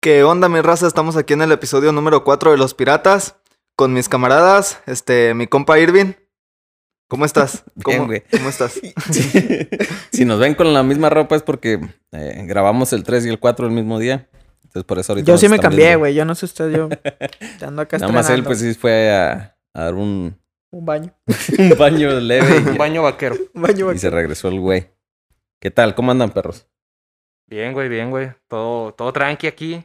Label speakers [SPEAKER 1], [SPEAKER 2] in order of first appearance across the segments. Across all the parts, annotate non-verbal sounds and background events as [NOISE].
[SPEAKER 1] ¿Qué onda, mi raza? Estamos aquí en el episodio número 4 de Los Piratas con mis camaradas, este, mi compa Irving. ¿Cómo estás?
[SPEAKER 2] Bien,
[SPEAKER 1] ¿Cómo,
[SPEAKER 2] güey.
[SPEAKER 1] ¿Cómo
[SPEAKER 2] [LAUGHS]
[SPEAKER 1] estás?
[SPEAKER 2] Sí. [LAUGHS] si nos ven con la misma ropa es porque eh, grabamos el 3 y el 4 el mismo día. Entonces por eso ahorita
[SPEAKER 3] Yo
[SPEAKER 2] nos
[SPEAKER 3] sí me
[SPEAKER 2] están
[SPEAKER 3] cambié,
[SPEAKER 2] viendo.
[SPEAKER 3] güey. Yo no sé usted,
[SPEAKER 2] [LAUGHS]
[SPEAKER 3] yo ando acá
[SPEAKER 2] Nada más él
[SPEAKER 3] estrenando
[SPEAKER 2] pues sí fue a, a dar un, [LAUGHS]
[SPEAKER 3] un baño.
[SPEAKER 2] un baño leve y,
[SPEAKER 4] Un baño vaquero.
[SPEAKER 3] [LAUGHS] Un baño.
[SPEAKER 2] y se regresó el güey. ¿Qué tal? ¿Cómo andan, perros?
[SPEAKER 4] Bien, güey, bien, güey. Todo, todo tranqui aquí.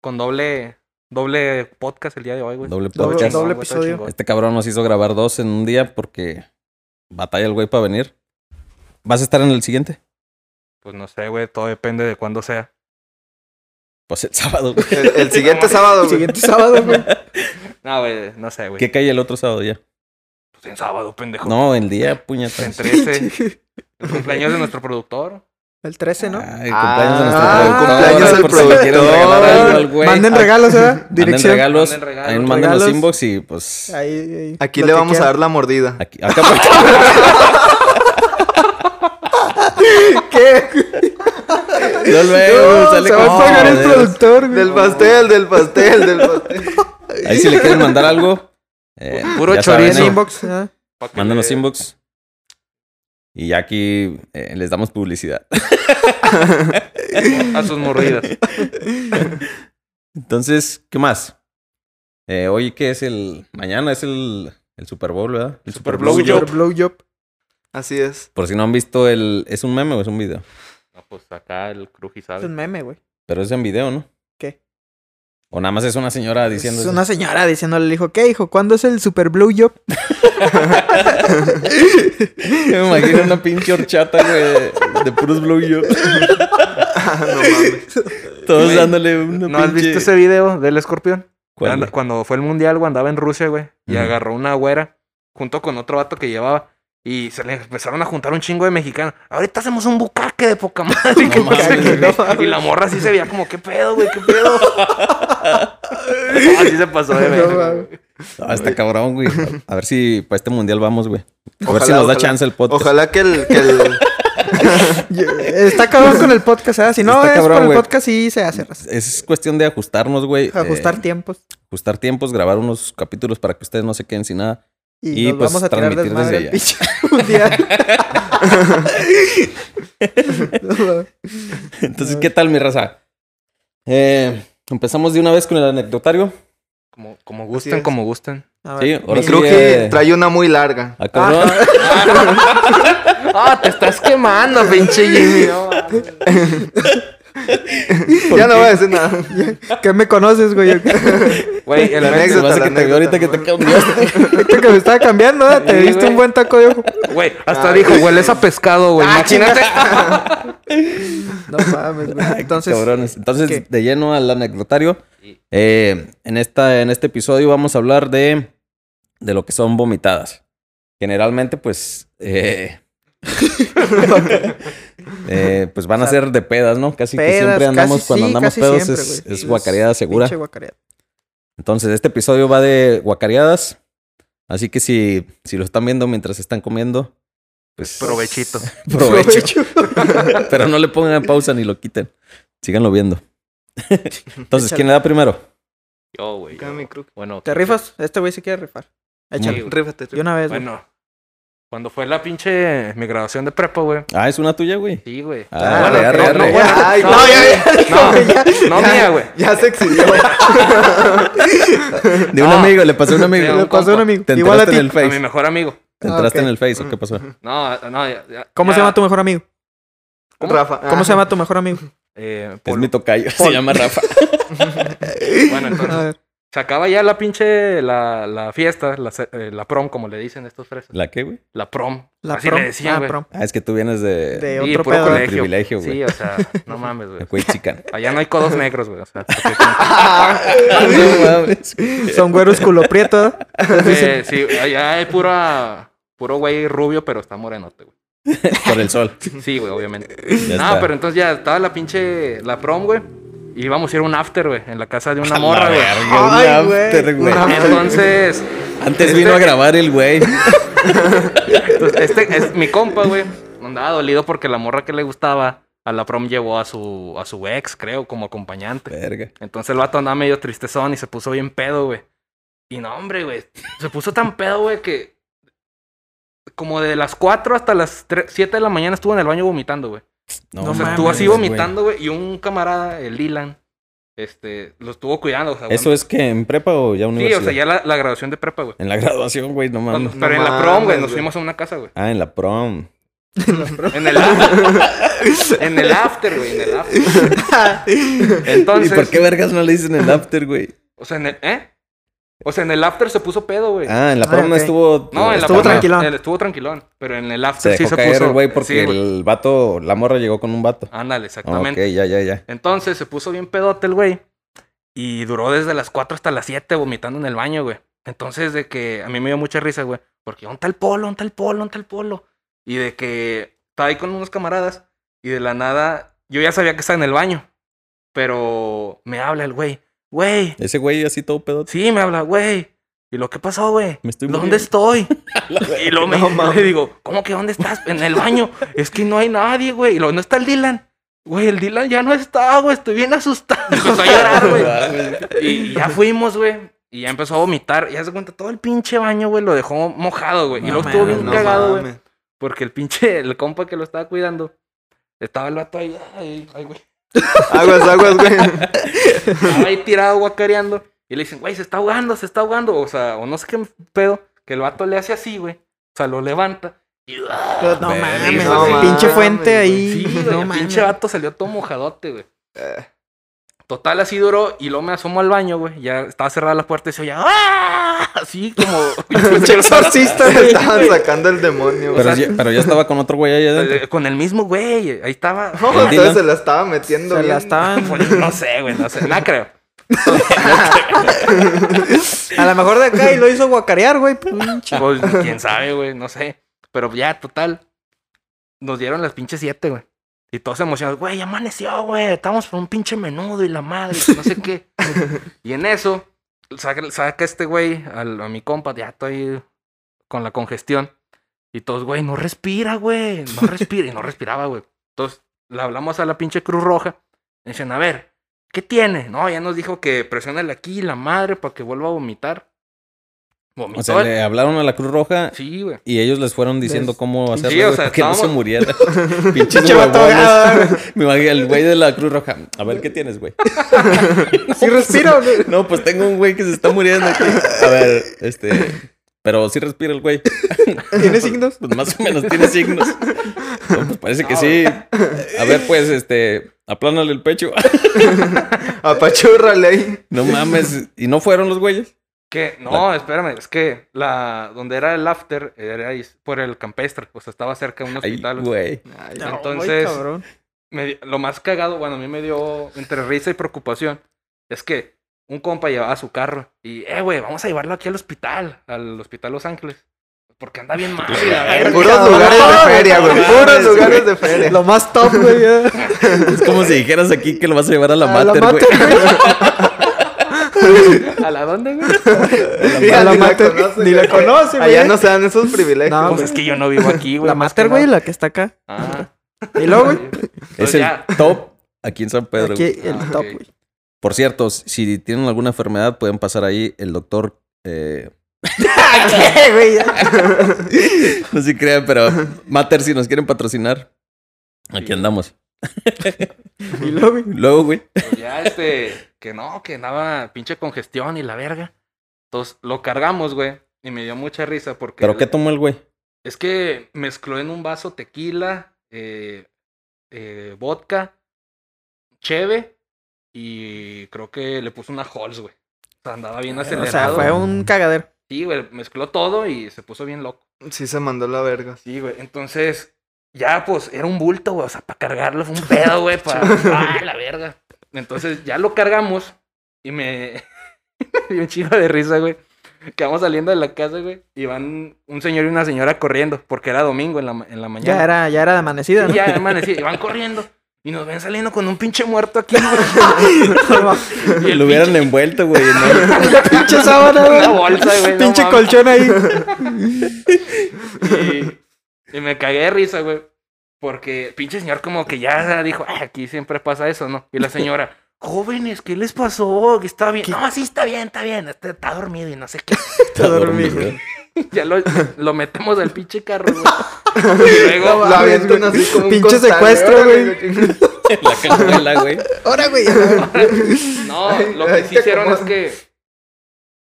[SPEAKER 4] Con doble, doble podcast el día de hoy, güey.
[SPEAKER 2] Doble
[SPEAKER 3] Doble-
[SPEAKER 2] podcast.
[SPEAKER 3] doble
[SPEAKER 4] güey, todo
[SPEAKER 3] episodio.
[SPEAKER 4] chingón.
[SPEAKER 2] Este cabrón nos hizo grabar dos en un día porque batalla el güey para venir. ¿Vas a estar en el siguiente?
[SPEAKER 4] Pues no sé, güey. Todo depende de cuándo sea.
[SPEAKER 2] Pues el sábado.
[SPEAKER 3] [LAUGHS]
[SPEAKER 2] güey.
[SPEAKER 1] El, el siguiente sábado,
[SPEAKER 3] El
[SPEAKER 1] güey.
[SPEAKER 3] siguiente sábado, güey.
[SPEAKER 4] No, güey, no sé, güey.
[SPEAKER 2] ¿Qué cae el otro sábado ya?
[SPEAKER 4] Pues en sábado,
[SPEAKER 3] Ah,
[SPEAKER 4] pendejo.
[SPEAKER 2] No, el día, puñetas.
[SPEAKER 4] [LAUGHS]
[SPEAKER 2] [LAUGHS]
[SPEAKER 4] En 13. el cumpleaños de nuestro productor.
[SPEAKER 3] [LAUGHS] El 13, ¿no?
[SPEAKER 2] Ay,
[SPEAKER 1] Ah,
[SPEAKER 2] cumpleaños de nuestro
[SPEAKER 1] ah,
[SPEAKER 2] productor. ¿eh?
[SPEAKER 1] cumpleaños del
[SPEAKER 2] por si le quieren regalar algo al güey.
[SPEAKER 3] Ah, [LAUGHS] Manden regalos, ¿verdad?
[SPEAKER 2] Manden
[SPEAKER 3] Dirección.
[SPEAKER 2] regalos,
[SPEAKER 4] Manden regalos,
[SPEAKER 2] ahí manden los
[SPEAKER 3] regalos.
[SPEAKER 2] inbox y pues
[SPEAKER 3] Ahí, ahí,
[SPEAKER 1] Aquí
[SPEAKER 3] lo
[SPEAKER 1] le
[SPEAKER 3] que
[SPEAKER 1] vamos a
[SPEAKER 3] quieran.
[SPEAKER 1] dar la mordida.
[SPEAKER 2] aquí acá
[SPEAKER 3] [LAUGHS]
[SPEAKER 2] por- [LAUGHS]
[SPEAKER 3] ¿Qué?
[SPEAKER 2] no luego
[SPEAKER 3] No,
[SPEAKER 2] Eh, sale
[SPEAKER 3] se va
[SPEAKER 2] con
[SPEAKER 3] a pagar el
[SPEAKER 2] joder.
[SPEAKER 3] productor,
[SPEAKER 1] [LAUGHS]
[SPEAKER 3] güey.
[SPEAKER 1] Del pastel, del pastel, del pastel.
[SPEAKER 2] Ahí si le quieren mandar algo eh,
[SPEAKER 4] Puro
[SPEAKER 2] ya
[SPEAKER 4] chorizo.
[SPEAKER 3] En
[SPEAKER 2] saben, ¿eh?
[SPEAKER 3] inbox, ¿ah?
[SPEAKER 4] pa' que
[SPEAKER 2] manden los
[SPEAKER 4] le-
[SPEAKER 2] inbox. Y ya aquí eh, les damos publicidad. [LAUGHS]
[SPEAKER 4] A sus morridas.
[SPEAKER 2] Entonces, ¿qué más? Eh, hoy que es el mañana es el, el Super Bowl, ¿verdad? El Super
[SPEAKER 4] Blow
[SPEAKER 3] Super
[SPEAKER 4] job.
[SPEAKER 3] blowjob.
[SPEAKER 1] Así es. [LAUGHS]
[SPEAKER 2] Por si no han visto el es un meme o es un video,
[SPEAKER 4] No, pues acá el cruji
[SPEAKER 3] Es un
[SPEAKER 4] sabe.
[SPEAKER 3] meme, güey.
[SPEAKER 2] pero es en video, ¿no?
[SPEAKER 3] ¿Qué?
[SPEAKER 2] O nada más es una señora diciendo
[SPEAKER 3] Es una señora diciéndole al hijo, ¿qué, hijo? ¿Cuándo es el super blowjob?
[SPEAKER 2] [LAUGHS] Me imagino una pinche horchata, güey, de puros blowjobs.
[SPEAKER 1] Ah, no mames.
[SPEAKER 2] Todos dándole una
[SPEAKER 4] ¿No has
[SPEAKER 2] pinche-
[SPEAKER 4] visto ese Ah, video del escorpión?
[SPEAKER 2] ¿Cuál,
[SPEAKER 4] Anda-
[SPEAKER 2] güey?
[SPEAKER 4] Cuando fue el mundial, güey, andaba en Rusia, güey. Y
[SPEAKER 2] Ujú.
[SPEAKER 4] agarró una güera junto con otro vato que llevaba. Y se le empezaron a juntar un chingo de mexicanos. Ahorita hacemos un bucaque de poca madre. [LAUGHS]
[SPEAKER 2] No
[SPEAKER 4] que no sé
[SPEAKER 2] mames,
[SPEAKER 4] qué.
[SPEAKER 2] güey.
[SPEAKER 4] y la morra así se veía como, ¿qué pedo, güey? ¿Qué pedo? [LAUGHS] así se pasó de
[SPEAKER 3] [LAUGHS] No
[SPEAKER 4] verga,
[SPEAKER 3] mames.
[SPEAKER 4] güey.
[SPEAKER 2] Ah, está cabrón, güey. A ver si para este mundial vamos, güey. A ver
[SPEAKER 1] Ojalá,
[SPEAKER 2] si nos da
[SPEAKER 1] ojalá.
[SPEAKER 2] chance el podcast.
[SPEAKER 1] Ojalá que el, que el-
[SPEAKER 3] Está cabrón con el podcast, ¿ah? Si no
[SPEAKER 2] Está
[SPEAKER 3] es
[SPEAKER 2] cabrón,
[SPEAKER 3] por el
[SPEAKER 2] güey. Mm.
[SPEAKER 3] podcast, sí se hace. raza.
[SPEAKER 2] Es cuestión de ajustarnos, güey.
[SPEAKER 3] Ajustar
[SPEAKER 2] eh,
[SPEAKER 3] tiempos.
[SPEAKER 2] ajustar tiempos, grabar unos capítulos para que ustedes no se queden sin nada. y,
[SPEAKER 3] Y, nos
[SPEAKER 2] pues,
[SPEAKER 3] vamos a tirar
[SPEAKER 2] transmitir desde
[SPEAKER 3] desmadre al pinche [LAUGHS]
[SPEAKER 2] [LAUGHS]
[SPEAKER 3] mundial. No, mames.
[SPEAKER 2] Entonces, ¿qué tal, mi raza? Eh, empezamos de una vez con el anecdotario.
[SPEAKER 4] Como, como
[SPEAKER 1] Así
[SPEAKER 4] gusten,
[SPEAKER 1] es.
[SPEAKER 4] como gusten.
[SPEAKER 3] A
[SPEAKER 2] Sí,
[SPEAKER 3] ver,
[SPEAKER 2] ahora
[SPEAKER 3] mi-
[SPEAKER 2] sí.
[SPEAKER 1] Creo que
[SPEAKER 2] eh.
[SPEAKER 1] trae una muy larga.
[SPEAKER 2] Ah, cabrón. [LAUGHS]
[SPEAKER 4] ¡Ah, te estás quemando, pinche Jimmy!
[SPEAKER 1] [LAUGHS] Ya no voy a decir nada.
[SPEAKER 3] ¿Qué me
[SPEAKER 2] [LAUGHS]
[SPEAKER 3] conoces, güey?
[SPEAKER 4] Güey, el
[SPEAKER 1] La
[SPEAKER 4] men-
[SPEAKER 2] Se me
[SPEAKER 1] anécdota,
[SPEAKER 2] hace
[SPEAKER 1] la
[SPEAKER 2] que te veo ahorita que
[SPEAKER 1] anécdota.
[SPEAKER 2] te cambiaste.
[SPEAKER 3] Ahorita que me estaba cambiando, ¿eh? te
[SPEAKER 4] Sí,
[SPEAKER 3] diste
[SPEAKER 4] güey.
[SPEAKER 3] un buen taco de ojo.
[SPEAKER 4] Güey, Ah, hasta
[SPEAKER 1] Ah,
[SPEAKER 4] dijo,
[SPEAKER 1] güey.
[SPEAKER 4] hueles a pescado, güey. Imagínate.
[SPEAKER 2] [LAUGHS]
[SPEAKER 3] No mames, güey. Entonces,
[SPEAKER 2] Cabrones. Entonces,
[SPEAKER 3] ¿qué?
[SPEAKER 2] de lleno al anecdotario. eh, en, esta, en este episodio vamos a hablar de, de lo que son vomitadas. Generalmente, pues. eh, [LAUGHS] eh, pues van a ser de pedas, ¿no? Casi que
[SPEAKER 3] Pedas,
[SPEAKER 2] siempre andamos,
[SPEAKER 3] casi
[SPEAKER 2] cuando
[SPEAKER 3] sí,
[SPEAKER 2] andamos
[SPEAKER 3] casi
[SPEAKER 2] pedos
[SPEAKER 3] siempre,
[SPEAKER 2] es,
[SPEAKER 3] güey.
[SPEAKER 2] es guacareada segura.
[SPEAKER 3] pinche guacareada.
[SPEAKER 2] Entonces, este episodio va de guacareadas. Así que si, si lo están viendo mientras están comiendo, pues.
[SPEAKER 4] Provechito.
[SPEAKER 2] [LAUGHS] Provecho. [LAUGHS] Pero no le pongan pausa ni lo quiten. Síganlo [LAUGHS] viendo. Entonces, ¿quién le da primero?
[SPEAKER 4] [LAUGHS] Yo, güey.
[SPEAKER 1] Acá
[SPEAKER 4] yo.
[SPEAKER 1] mi crook.
[SPEAKER 4] Bueno,
[SPEAKER 3] ¿Te rifas? Este güey se quiere rifar. Échale.
[SPEAKER 4] güey.
[SPEAKER 1] Rífate,
[SPEAKER 3] De una vez, güey.
[SPEAKER 4] Bueno, cuando fue la pinche mi graduación de prepa, güey.
[SPEAKER 2] Ah, es una tuya, güey.
[SPEAKER 4] Sí, güey.
[SPEAKER 2] Ah,
[SPEAKER 4] Bueno,
[SPEAKER 2] arre, arre,
[SPEAKER 4] no,
[SPEAKER 2] arre.
[SPEAKER 4] no, bueno,
[SPEAKER 1] Ay,
[SPEAKER 4] no,
[SPEAKER 1] no, ya,
[SPEAKER 4] no,
[SPEAKER 1] [LAUGHS]
[SPEAKER 4] no,
[SPEAKER 1] ya.
[SPEAKER 4] mía, güey.
[SPEAKER 1] Ya se exhibió.
[SPEAKER 2] De un
[SPEAKER 4] Ah.
[SPEAKER 2] amigo, le pasó a un amigo.
[SPEAKER 4] Sí, a un
[SPEAKER 2] Le pasó
[SPEAKER 4] compa.
[SPEAKER 2] a un amigo. Te
[SPEAKER 3] Igual a
[SPEAKER 2] entraste en el
[SPEAKER 3] ti.
[SPEAKER 4] A Mm. mi
[SPEAKER 2] Face.
[SPEAKER 4] mejor amigo.
[SPEAKER 2] Te
[SPEAKER 3] Ah,
[SPEAKER 2] entraste
[SPEAKER 3] ok.
[SPEAKER 2] en el Face, ¿o qué pasó?
[SPEAKER 4] No, no, ya- ya-
[SPEAKER 3] ¿Cómo se
[SPEAKER 4] ya, Ah.
[SPEAKER 3] llama tu mejor amigo?
[SPEAKER 1] Rafa. ah,
[SPEAKER 3] ¿Cómo se llama tu mejor
[SPEAKER 4] [LAUGHS]
[SPEAKER 3] amigo?
[SPEAKER 4] Eh,
[SPEAKER 2] Es
[SPEAKER 4] Polo.
[SPEAKER 2] mi tocayo. Se llama [LAUGHS] Rafa.
[SPEAKER 4] Bueno,
[SPEAKER 3] A [LAUGHS]
[SPEAKER 4] entonces,
[SPEAKER 3] ver,
[SPEAKER 4] se acaba ya la pinche, la, la fiesta, la, ce- eh, la prom, como le dicen estos fresas.
[SPEAKER 2] ¿La qué, güey?
[SPEAKER 4] La prom.
[SPEAKER 3] la
[SPEAKER 4] Así
[SPEAKER 3] prom.
[SPEAKER 4] le decían,
[SPEAKER 3] Ah,
[SPEAKER 4] güey.
[SPEAKER 3] prom.
[SPEAKER 2] Ah, es que tú vienes de.
[SPEAKER 3] De
[SPEAKER 2] De,
[SPEAKER 4] Sí,
[SPEAKER 3] otro
[SPEAKER 4] puro
[SPEAKER 3] pedo.
[SPEAKER 4] colegio.
[SPEAKER 2] privilegio, güey.
[SPEAKER 4] Sí, o sea, no
[SPEAKER 2] [LAUGHS]
[SPEAKER 4] mames, güey.
[SPEAKER 2] Cuechican.
[SPEAKER 4] Allá no hay codos negros, güey. O sea,
[SPEAKER 2] No mames.
[SPEAKER 3] Son güeros culo prieto. ¿eh?
[SPEAKER 4] Pues,
[SPEAKER 3] [LAUGHS]
[SPEAKER 4] porque- sí, allá hay pura, puro güey rubio, pero está morenote, güey.
[SPEAKER 2] Por el sol.
[SPEAKER 4] Sí, güey, obviamente.
[SPEAKER 2] Ya
[SPEAKER 4] no,
[SPEAKER 2] está.
[SPEAKER 4] pero entonces ya estaba la pinche, la prom, güey. Y íbamos a ir a un after, güey, en la casa de
[SPEAKER 2] [LAUGHS]
[SPEAKER 4] una
[SPEAKER 2] La
[SPEAKER 4] morra, güey.
[SPEAKER 2] verga,
[SPEAKER 3] Ay,
[SPEAKER 2] un
[SPEAKER 3] güey.
[SPEAKER 2] after, güey.
[SPEAKER 3] Una-
[SPEAKER 4] [LAUGHS] Entonces,
[SPEAKER 2] Antes vino a grabar el güey.
[SPEAKER 4] pues, entonces, este es mi compa, güey. Andaba dolido porque la morra que le gustaba A la prom llevó a su, a su ex, creo, como acompañante.
[SPEAKER 2] Verga.
[SPEAKER 4] Entonces el vato andaba medio tristezón y se puso bien pedo, güey. Y no, hombre, güey. Se puso tan pedo, güey, que como de las 4 hasta las 7 de la mañana estuvo en el baño vomitando, güey.
[SPEAKER 2] No,
[SPEAKER 3] No
[SPEAKER 4] O sea,
[SPEAKER 2] mames,
[SPEAKER 4] estuvo así
[SPEAKER 3] güey.
[SPEAKER 4] vomitando, güey. Y un camarada, el Lilan, este, lo estuvo cuidando. O sea,
[SPEAKER 2] ¿Eso es que en prepa o ya
[SPEAKER 4] Sí,
[SPEAKER 2] universidad?
[SPEAKER 4] o sea, ya la, la graduación de prepa, güey.
[SPEAKER 2] En la graduación, güey, no
[SPEAKER 4] Cuando-
[SPEAKER 2] mames.
[SPEAKER 1] No
[SPEAKER 4] pero en la prom,
[SPEAKER 1] mames,
[SPEAKER 4] güey, nos
[SPEAKER 1] güey.
[SPEAKER 4] fuimos a una casa, güey.
[SPEAKER 2] Ah, en la prom.
[SPEAKER 4] En el after. en el after, güey. En el after.
[SPEAKER 2] [LAUGHS]
[SPEAKER 4] Entonces.
[SPEAKER 2] ¿Y por qué vergas no le dicen el after, güey?
[SPEAKER 4] O sea, en el. ¿Eh? O sea, en el after se puso pedo, güey.
[SPEAKER 2] Ah, en la
[SPEAKER 3] Ah,
[SPEAKER 2] prom no
[SPEAKER 3] ok.
[SPEAKER 2] estuvo.
[SPEAKER 4] no, en la
[SPEAKER 3] estuvo
[SPEAKER 4] prom,
[SPEAKER 3] tranquilón.
[SPEAKER 4] él estuvo tranquilón. Pero en el
[SPEAKER 2] Se
[SPEAKER 4] after
[SPEAKER 2] dejó
[SPEAKER 4] sí se
[SPEAKER 2] caer
[SPEAKER 4] puso.
[SPEAKER 2] el güey porque
[SPEAKER 4] sí, güey.
[SPEAKER 2] el vato, la morra llegó con un vato.
[SPEAKER 4] Ándale, exactamente.
[SPEAKER 2] Exactamente. Ok, ya, ya, ya.
[SPEAKER 4] Entonces se puso bien pedote el güey. Y duró desde las 4 hasta las 7 vomitando en el baño, güey. Entonces de que a mí me dio mucha risa, güey. Porque ¿dónde está el polo? ¿Dónde está el polo? ¿Dónde está el polo? Y de que estaba ahí con unos camaradas y de la nada yo ya sabía que estaba en el baño. Pero me habla el güey. Güey.
[SPEAKER 2] Ese güey así todo pedo.
[SPEAKER 4] Sí, me habla, güey. ¿Y lo que pasó, güey?
[SPEAKER 2] Me estoy
[SPEAKER 4] ¿Dónde
[SPEAKER 2] muriendo".
[SPEAKER 4] estoy? y luego me,
[SPEAKER 1] No mames.
[SPEAKER 4] le digo, ¿cómo que dónde estás? En el baño. Es que no hay nadie, güey. Y luego, ¿no está el Dylan? Güey, el Dylan ya no está, güey. Estoy bien asustado. [LAUGHS] Empezó a llorar, Ah, güey. Y ya fuimos, güey. Y ya empezó a vomitar. Y ya se cuenta, todo el pinche baño, güey, lo dejó mojado, güey. y
[SPEAKER 3] No
[SPEAKER 4] luego estuvo
[SPEAKER 3] mames,
[SPEAKER 4] bien
[SPEAKER 1] No
[SPEAKER 4] cagado, güey.
[SPEAKER 1] mames.
[SPEAKER 4] Porque el pinche, el compa que lo estaba cuidando, estaba el vato ahí, ay, ay, güey.
[SPEAKER 1] Aguas, aguas, güey.
[SPEAKER 4] Estaba ahí tirado guacareando. Y le dicen, güey, se está ahogando, se está ahogando. O sea, o no sé qué pedo, que el vato le hace así, güey. O sea, lo levanta. Y, ah,
[SPEAKER 3] Pero No
[SPEAKER 2] Verga,
[SPEAKER 3] mames,
[SPEAKER 1] no
[SPEAKER 3] güey.
[SPEAKER 1] mames,
[SPEAKER 3] pinche fuente
[SPEAKER 1] güey.
[SPEAKER 3] ahí.
[SPEAKER 4] sí, güey,
[SPEAKER 3] no
[SPEAKER 4] el
[SPEAKER 3] mames.
[SPEAKER 4] pinche vato salió todo mojadote, güey. Total, así duró. Y luego me asomo al baño, güey. Ya estaba cerrada la puerta y se oía, ¡ah! Así como. [LAUGHS]
[SPEAKER 1] [LAUGHS]
[SPEAKER 3] Pinche exorcista, güey.
[SPEAKER 1] Estaban sacando el demonio.
[SPEAKER 2] [LAUGHS] Pero,
[SPEAKER 1] güey.
[SPEAKER 2] ya, pero ya estaba con otro güey allá adentro.
[SPEAKER 4] eh, Con el mismo güey. Ahí estaba. Pues,
[SPEAKER 1] No,
[SPEAKER 2] el Dylan.
[SPEAKER 4] [LAUGHS]
[SPEAKER 1] entonces se la estaba metiendo.
[SPEAKER 3] Se la
[SPEAKER 1] bien.
[SPEAKER 3] estaban.
[SPEAKER 4] No sé, güey, no sé. Nada creo.
[SPEAKER 3] A lo mejor de acá y lo hizo guacarear, güey. Pinche.
[SPEAKER 4] Pues,
[SPEAKER 2] Ah.
[SPEAKER 4] quién sabe, güey, no sé. Pero ya, total. Nos dieron las pinches siete, güey. Y todos emocionados, güey, ya amaneció, güey. Estamos por un pinche menudo y la madre, que no sé qué.
[SPEAKER 2] [LAUGHS]
[SPEAKER 4] y en eso, saca, saca este güey al- a mi compa, ya estoy con la congestión. Y todos, güey, no respira, güey. No respira. Y no respiraba, güey. Entonces, le hablamos a la pinche Cruz Roja. y Dicen, a ver, ¿qué tiene? No, ya nos dijo que presiónale aquí la madre para que vuelva a vomitar. Vomitó.
[SPEAKER 2] O sea, le hablaron a la Cruz Roja
[SPEAKER 4] Sí, güey.
[SPEAKER 2] y ellos les fueron diciendo
[SPEAKER 3] Les-
[SPEAKER 2] cómo hacerlo
[SPEAKER 4] o
[SPEAKER 2] güey,
[SPEAKER 4] sea,
[SPEAKER 2] para que no se
[SPEAKER 3] [LAUGHS]
[SPEAKER 4] estábamos-
[SPEAKER 2] muriera. Pinches
[SPEAKER 3] Pinche vato ahogado,
[SPEAKER 2] huevones. Me imagino este, el güey de la Cruz Roja. A ver, ¿qué tienes, güey?
[SPEAKER 3] [LAUGHS] Sí respiro, güey.
[SPEAKER 2] No, pues tengo un güey que se está muriendo aquí. A ver, este... Pero sí respira el güey.
[SPEAKER 3] ¿Tiene signos?
[SPEAKER 2] Pues más o menos tiene signos. No, pues parece que
[SPEAKER 4] No,
[SPEAKER 2] sí. A ver, pues, este, aplánale el pecho. [LAUGHS]
[SPEAKER 1] Apachúrrale ahí.
[SPEAKER 2] No mames. ¿Y no fueron los güeyes?
[SPEAKER 4] Que, no, espérame, es que la donde era el after era ahí por el campestre, o sea, estaba cerca de un
[SPEAKER 2] Ay,
[SPEAKER 4] hospital.
[SPEAKER 2] güey.
[SPEAKER 1] Ay,
[SPEAKER 4] No.
[SPEAKER 1] no.
[SPEAKER 4] Entonces-
[SPEAKER 3] Ay, cabrón.
[SPEAKER 4] Me di- lo más cagado, bueno, a mí me dio entre risa y preocupación, es que un compa llevaba su carro y, eh, güey, vamos a llevarlo aquí al hospital, al hospital Los Ángeles, porque
[SPEAKER 2] [LAUGHS]
[SPEAKER 4] anda bien mal. y la verga.
[SPEAKER 1] Puros lugares de feria, güey. Puros lugares de feria.
[SPEAKER 3] [LAUGHS] Lo más top, güey. ya.
[SPEAKER 2] Es como si dijeras aquí que lo vas a llevar a la
[SPEAKER 3] A la
[SPEAKER 2] mater, güey. [LAUGHS]
[SPEAKER 3] mater, güey.
[SPEAKER 4] ¿A la dónde, güey?
[SPEAKER 1] [LAUGHS] Mira,
[SPEAKER 3] A la
[SPEAKER 1] ni la
[SPEAKER 3] mater,
[SPEAKER 1] conoce,
[SPEAKER 3] Ni la
[SPEAKER 1] güey.
[SPEAKER 3] conoce, güey.
[SPEAKER 1] Allá no se dan esos privilegios.
[SPEAKER 3] No,
[SPEAKER 4] Pues es que yo no vivo aquí, güey.
[SPEAKER 3] La
[SPEAKER 4] más
[SPEAKER 3] master,
[SPEAKER 4] que
[SPEAKER 3] güey,
[SPEAKER 4] nada.
[SPEAKER 3] la que está acá.
[SPEAKER 4] Ah.
[SPEAKER 3] Y luego, güey.
[SPEAKER 2] Es
[SPEAKER 3] Pues
[SPEAKER 4] Entonces
[SPEAKER 2] el
[SPEAKER 4] ya,
[SPEAKER 2] top aquí en San [LAUGHS] Pedro.
[SPEAKER 3] Aquí
[SPEAKER 2] güey.
[SPEAKER 4] Ah,
[SPEAKER 3] el top,
[SPEAKER 4] ok.
[SPEAKER 3] güey. [LAUGHS]
[SPEAKER 2] Por cierto, si tienen alguna enfermedad, pueden pasar ahí el doctor. eh, [LAUGHS]
[SPEAKER 3] ¿Qué, Eh, güey? Ya.
[SPEAKER 2] no sé si crean, pero Mater, si nos quieren patrocinar, aquí andamos.
[SPEAKER 3] Y
[SPEAKER 2] [LAUGHS]
[SPEAKER 3] luego, güey.
[SPEAKER 2] Luego, güey.
[SPEAKER 4] Pues ya este, que no, que andaba pinche congestión y la verga. Entonces lo cargamos, güey. Y me dio mucha risa porque
[SPEAKER 2] ¿Pero qué tomó el güey?
[SPEAKER 4] es que mezcló en un vaso tequila, eh, eh, vodka, cheve y creo que le puso una Halls, güey. O sea, andaba bien
[SPEAKER 3] O sea,
[SPEAKER 4] acelerado.
[SPEAKER 3] fue un cagadero.
[SPEAKER 4] Sí, güey, mezcló todo y se puso bien loco.
[SPEAKER 1] Sí se mandó la verga.
[SPEAKER 4] Sí, güey. Entonces, ya pues era un bulto, güey. O sea, para
[SPEAKER 3] [LAUGHS]
[SPEAKER 4] cargarlo fue un pedo, güey. Para. ¡Ay, la verga! Entonces ya lo cargamos y me. [LAUGHS] me dio un chingo de risa, güey. Que vamos saliendo de la casa, güey. Y van un señor y una señora corriendo, porque era domingo en la, ma- en la mañana.
[SPEAKER 3] Ya era, ya era de amanecida, [LAUGHS]
[SPEAKER 4] Y
[SPEAKER 3] ¿no?
[SPEAKER 4] ya [LAUGHS] amanecí, y van corriendo. Y nos ven saliendo con un pinche muerto aquí, güey. [LAUGHS] Y el
[SPEAKER 2] Lo hubieran envuelto, güey.
[SPEAKER 4] [LAUGHS]
[SPEAKER 2] en el-
[SPEAKER 3] Pinche sábana, güey.
[SPEAKER 4] Una bolsa, güey, no
[SPEAKER 3] Pinche
[SPEAKER 4] mames.
[SPEAKER 3] colchón ahí.
[SPEAKER 4] Y, y me cagué de risa, güey. Porque pinche señor como que ya dijo, "Ah, aquí siempre pasa eso, ¿no? Y la señora, jóvenes, ¿qué les pasó? Que está bien. No, sí, está bien, está bien. Está, está dormido y no sé qué. [LAUGHS]
[SPEAKER 3] Está dormido.
[SPEAKER 4] ya lo, lo metemos al pinche carro, [LAUGHS] güey. Y luego,
[SPEAKER 1] Lo avientan así como un
[SPEAKER 3] Pinche
[SPEAKER 1] costal,
[SPEAKER 3] secuestro,
[SPEAKER 1] órale,
[SPEAKER 2] La
[SPEAKER 4] [LAUGHS]
[SPEAKER 2] cajuela, güey.
[SPEAKER 3] Ahora, güey.
[SPEAKER 4] no, lo que
[SPEAKER 1] Ay,
[SPEAKER 4] sí
[SPEAKER 1] te
[SPEAKER 4] hicieron es
[SPEAKER 1] acomodas.
[SPEAKER 4] que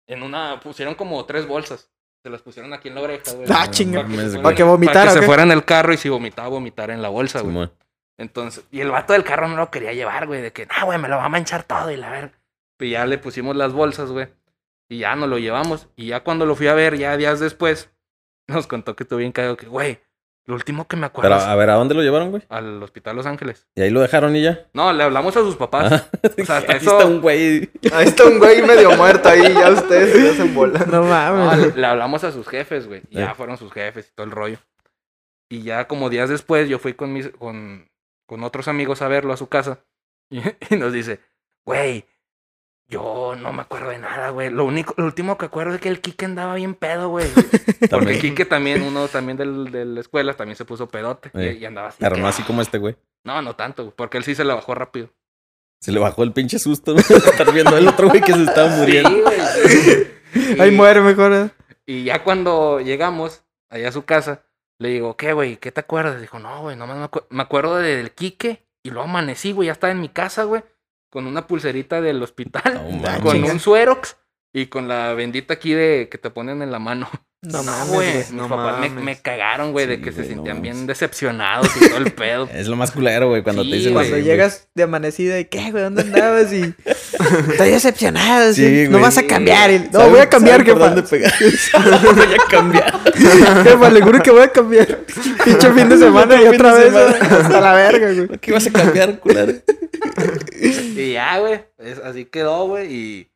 [SPEAKER 4] en una pusieron como tres bolsas. Se las pusieron aquí en la oreja, güey.
[SPEAKER 3] Ah, chinga.
[SPEAKER 2] mames, güey.
[SPEAKER 3] Para que
[SPEAKER 4] Para
[SPEAKER 3] vomitara.
[SPEAKER 4] que
[SPEAKER 3] ¿o
[SPEAKER 4] se
[SPEAKER 3] qué?
[SPEAKER 4] fuera en el carro y si vomitaba, vomitar en la bolsa, güey.
[SPEAKER 2] Simón.
[SPEAKER 4] Entonces, y el vato del carro no lo quería llevar, güey, de que, ah, güey, me lo va a manchar todo y la ver. Y ya le pusimos las bolsas, güey. Y ya nos lo llevamos. Y ya cuando lo fui a ver, ya días después, [LAUGHS] nos contó que estuvo bien cagado, que, güey, lo último que me acuerdo
[SPEAKER 2] Pero ah,
[SPEAKER 4] es
[SPEAKER 2] a ver, ¿a dónde lo llevaron, güey?
[SPEAKER 4] al hospital Los Ángeles.
[SPEAKER 2] Y ahí lo dejaron y ya.
[SPEAKER 4] No, le hablamos a sus papás.
[SPEAKER 2] [LAUGHS] Ah,
[SPEAKER 4] O sea, hasta
[SPEAKER 2] aquí
[SPEAKER 4] eso-
[SPEAKER 2] está un güey.
[SPEAKER 1] Ahí está un güey medio muerto ahí, ya ustedes se hacen bola.
[SPEAKER 3] [LAUGHS] No
[SPEAKER 4] No,
[SPEAKER 3] mames.
[SPEAKER 4] le, le hablamos a sus jefes, güey. Y
[SPEAKER 2] Eh.
[SPEAKER 4] Ya fueron sus jefes y todo el rollo. Y ya como días después, yo fui con mis, con, con otros amigos a verlo a su casa. [LAUGHS] Y, y nos dice, güey, yo no me acuerdo de nada, güey. Lo único, lo último que acuerdo es que el Kike andaba bien pedo, güey. Porque
[SPEAKER 2] También.
[SPEAKER 4] Kike también, uno también del- de la escuela, también se puso pedote. y-
[SPEAKER 2] Eh.
[SPEAKER 4] Y, andaba así.
[SPEAKER 2] Pero
[SPEAKER 4] que,
[SPEAKER 2] no así como este güey.
[SPEAKER 4] No, no tanto, güey, porque él sí se la bajó rápido.
[SPEAKER 2] Se le bajó el pinche susto [LAUGHS] güey, de estar viendo al otro güey que se estaba muriendo.
[SPEAKER 4] Sí, güey, sí.
[SPEAKER 3] Ahí
[SPEAKER 4] [LAUGHS] Y-
[SPEAKER 3] muere mejor. ¿eh?
[SPEAKER 4] Y ya cuando llegamos allá a su casa, le digo, ¿qué, güey? ¿Qué te acuerdas? Dijo, no, güey, no me, acu- me acuerdo de- del Quique. Y lo amanecí, güey, ya estaba en mi casa, güey, con una pulserita del hospital,
[SPEAKER 2] No mames.
[SPEAKER 4] [LAUGHS] con
[SPEAKER 3] chinga.
[SPEAKER 4] un suerox y con la bendita aquí de que te ponen en la mano.
[SPEAKER 3] No
[SPEAKER 4] [LAUGHS] No,
[SPEAKER 3] mames.
[SPEAKER 4] güey,
[SPEAKER 3] güey.
[SPEAKER 4] mis
[SPEAKER 1] no
[SPEAKER 4] papás me,
[SPEAKER 1] mames.
[SPEAKER 4] me cagaron, güey, de
[SPEAKER 2] Sí,
[SPEAKER 4] que se
[SPEAKER 2] güey, no
[SPEAKER 4] sentían bien
[SPEAKER 2] mames.
[SPEAKER 4] decepcionados y todo el pedo.
[SPEAKER 2] Es lo más culero, güey, cuando
[SPEAKER 4] Sí,
[SPEAKER 2] te dicen
[SPEAKER 4] güey.
[SPEAKER 2] así,
[SPEAKER 3] Cuando
[SPEAKER 2] güey.
[SPEAKER 3] llegas de amanecida y qué, güey, ¿dónde andabas?
[SPEAKER 2] [LAUGHS]
[SPEAKER 3] Y estoy decepcionado.
[SPEAKER 2] Sí,
[SPEAKER 3] Sí, no
[SPEAKER 2] güey.
[SPEAKER 3] vas a cambiar. Y- No,
[SPEAKER 2] ¿Saben-
[SPEAKER 3] voy a cambiar,
[SPEAKER 2] saben por
[SPEAKER 3] jefa.
[SPEAKER 2] dónde
[SPEAKER 3] [LAUGHS]
[SPEAKER 2] pegar? voy a cambiar.
[SPEAKER 3] Jefa, le juro que voy a cambiar. Pinche fin de semana y
[SPEAKER 2] Fin de
[SPEAKER 3] otra vez.
[SPEAKER 2] semana.
[SPEAKER 3] ¿eh? Hasta la verga, güey.
[SPEAKER 2] ¿Qué vas a cambiar, culero?
[SPEAKER 4] Y ya, güey, es- así quedó, güey. Y,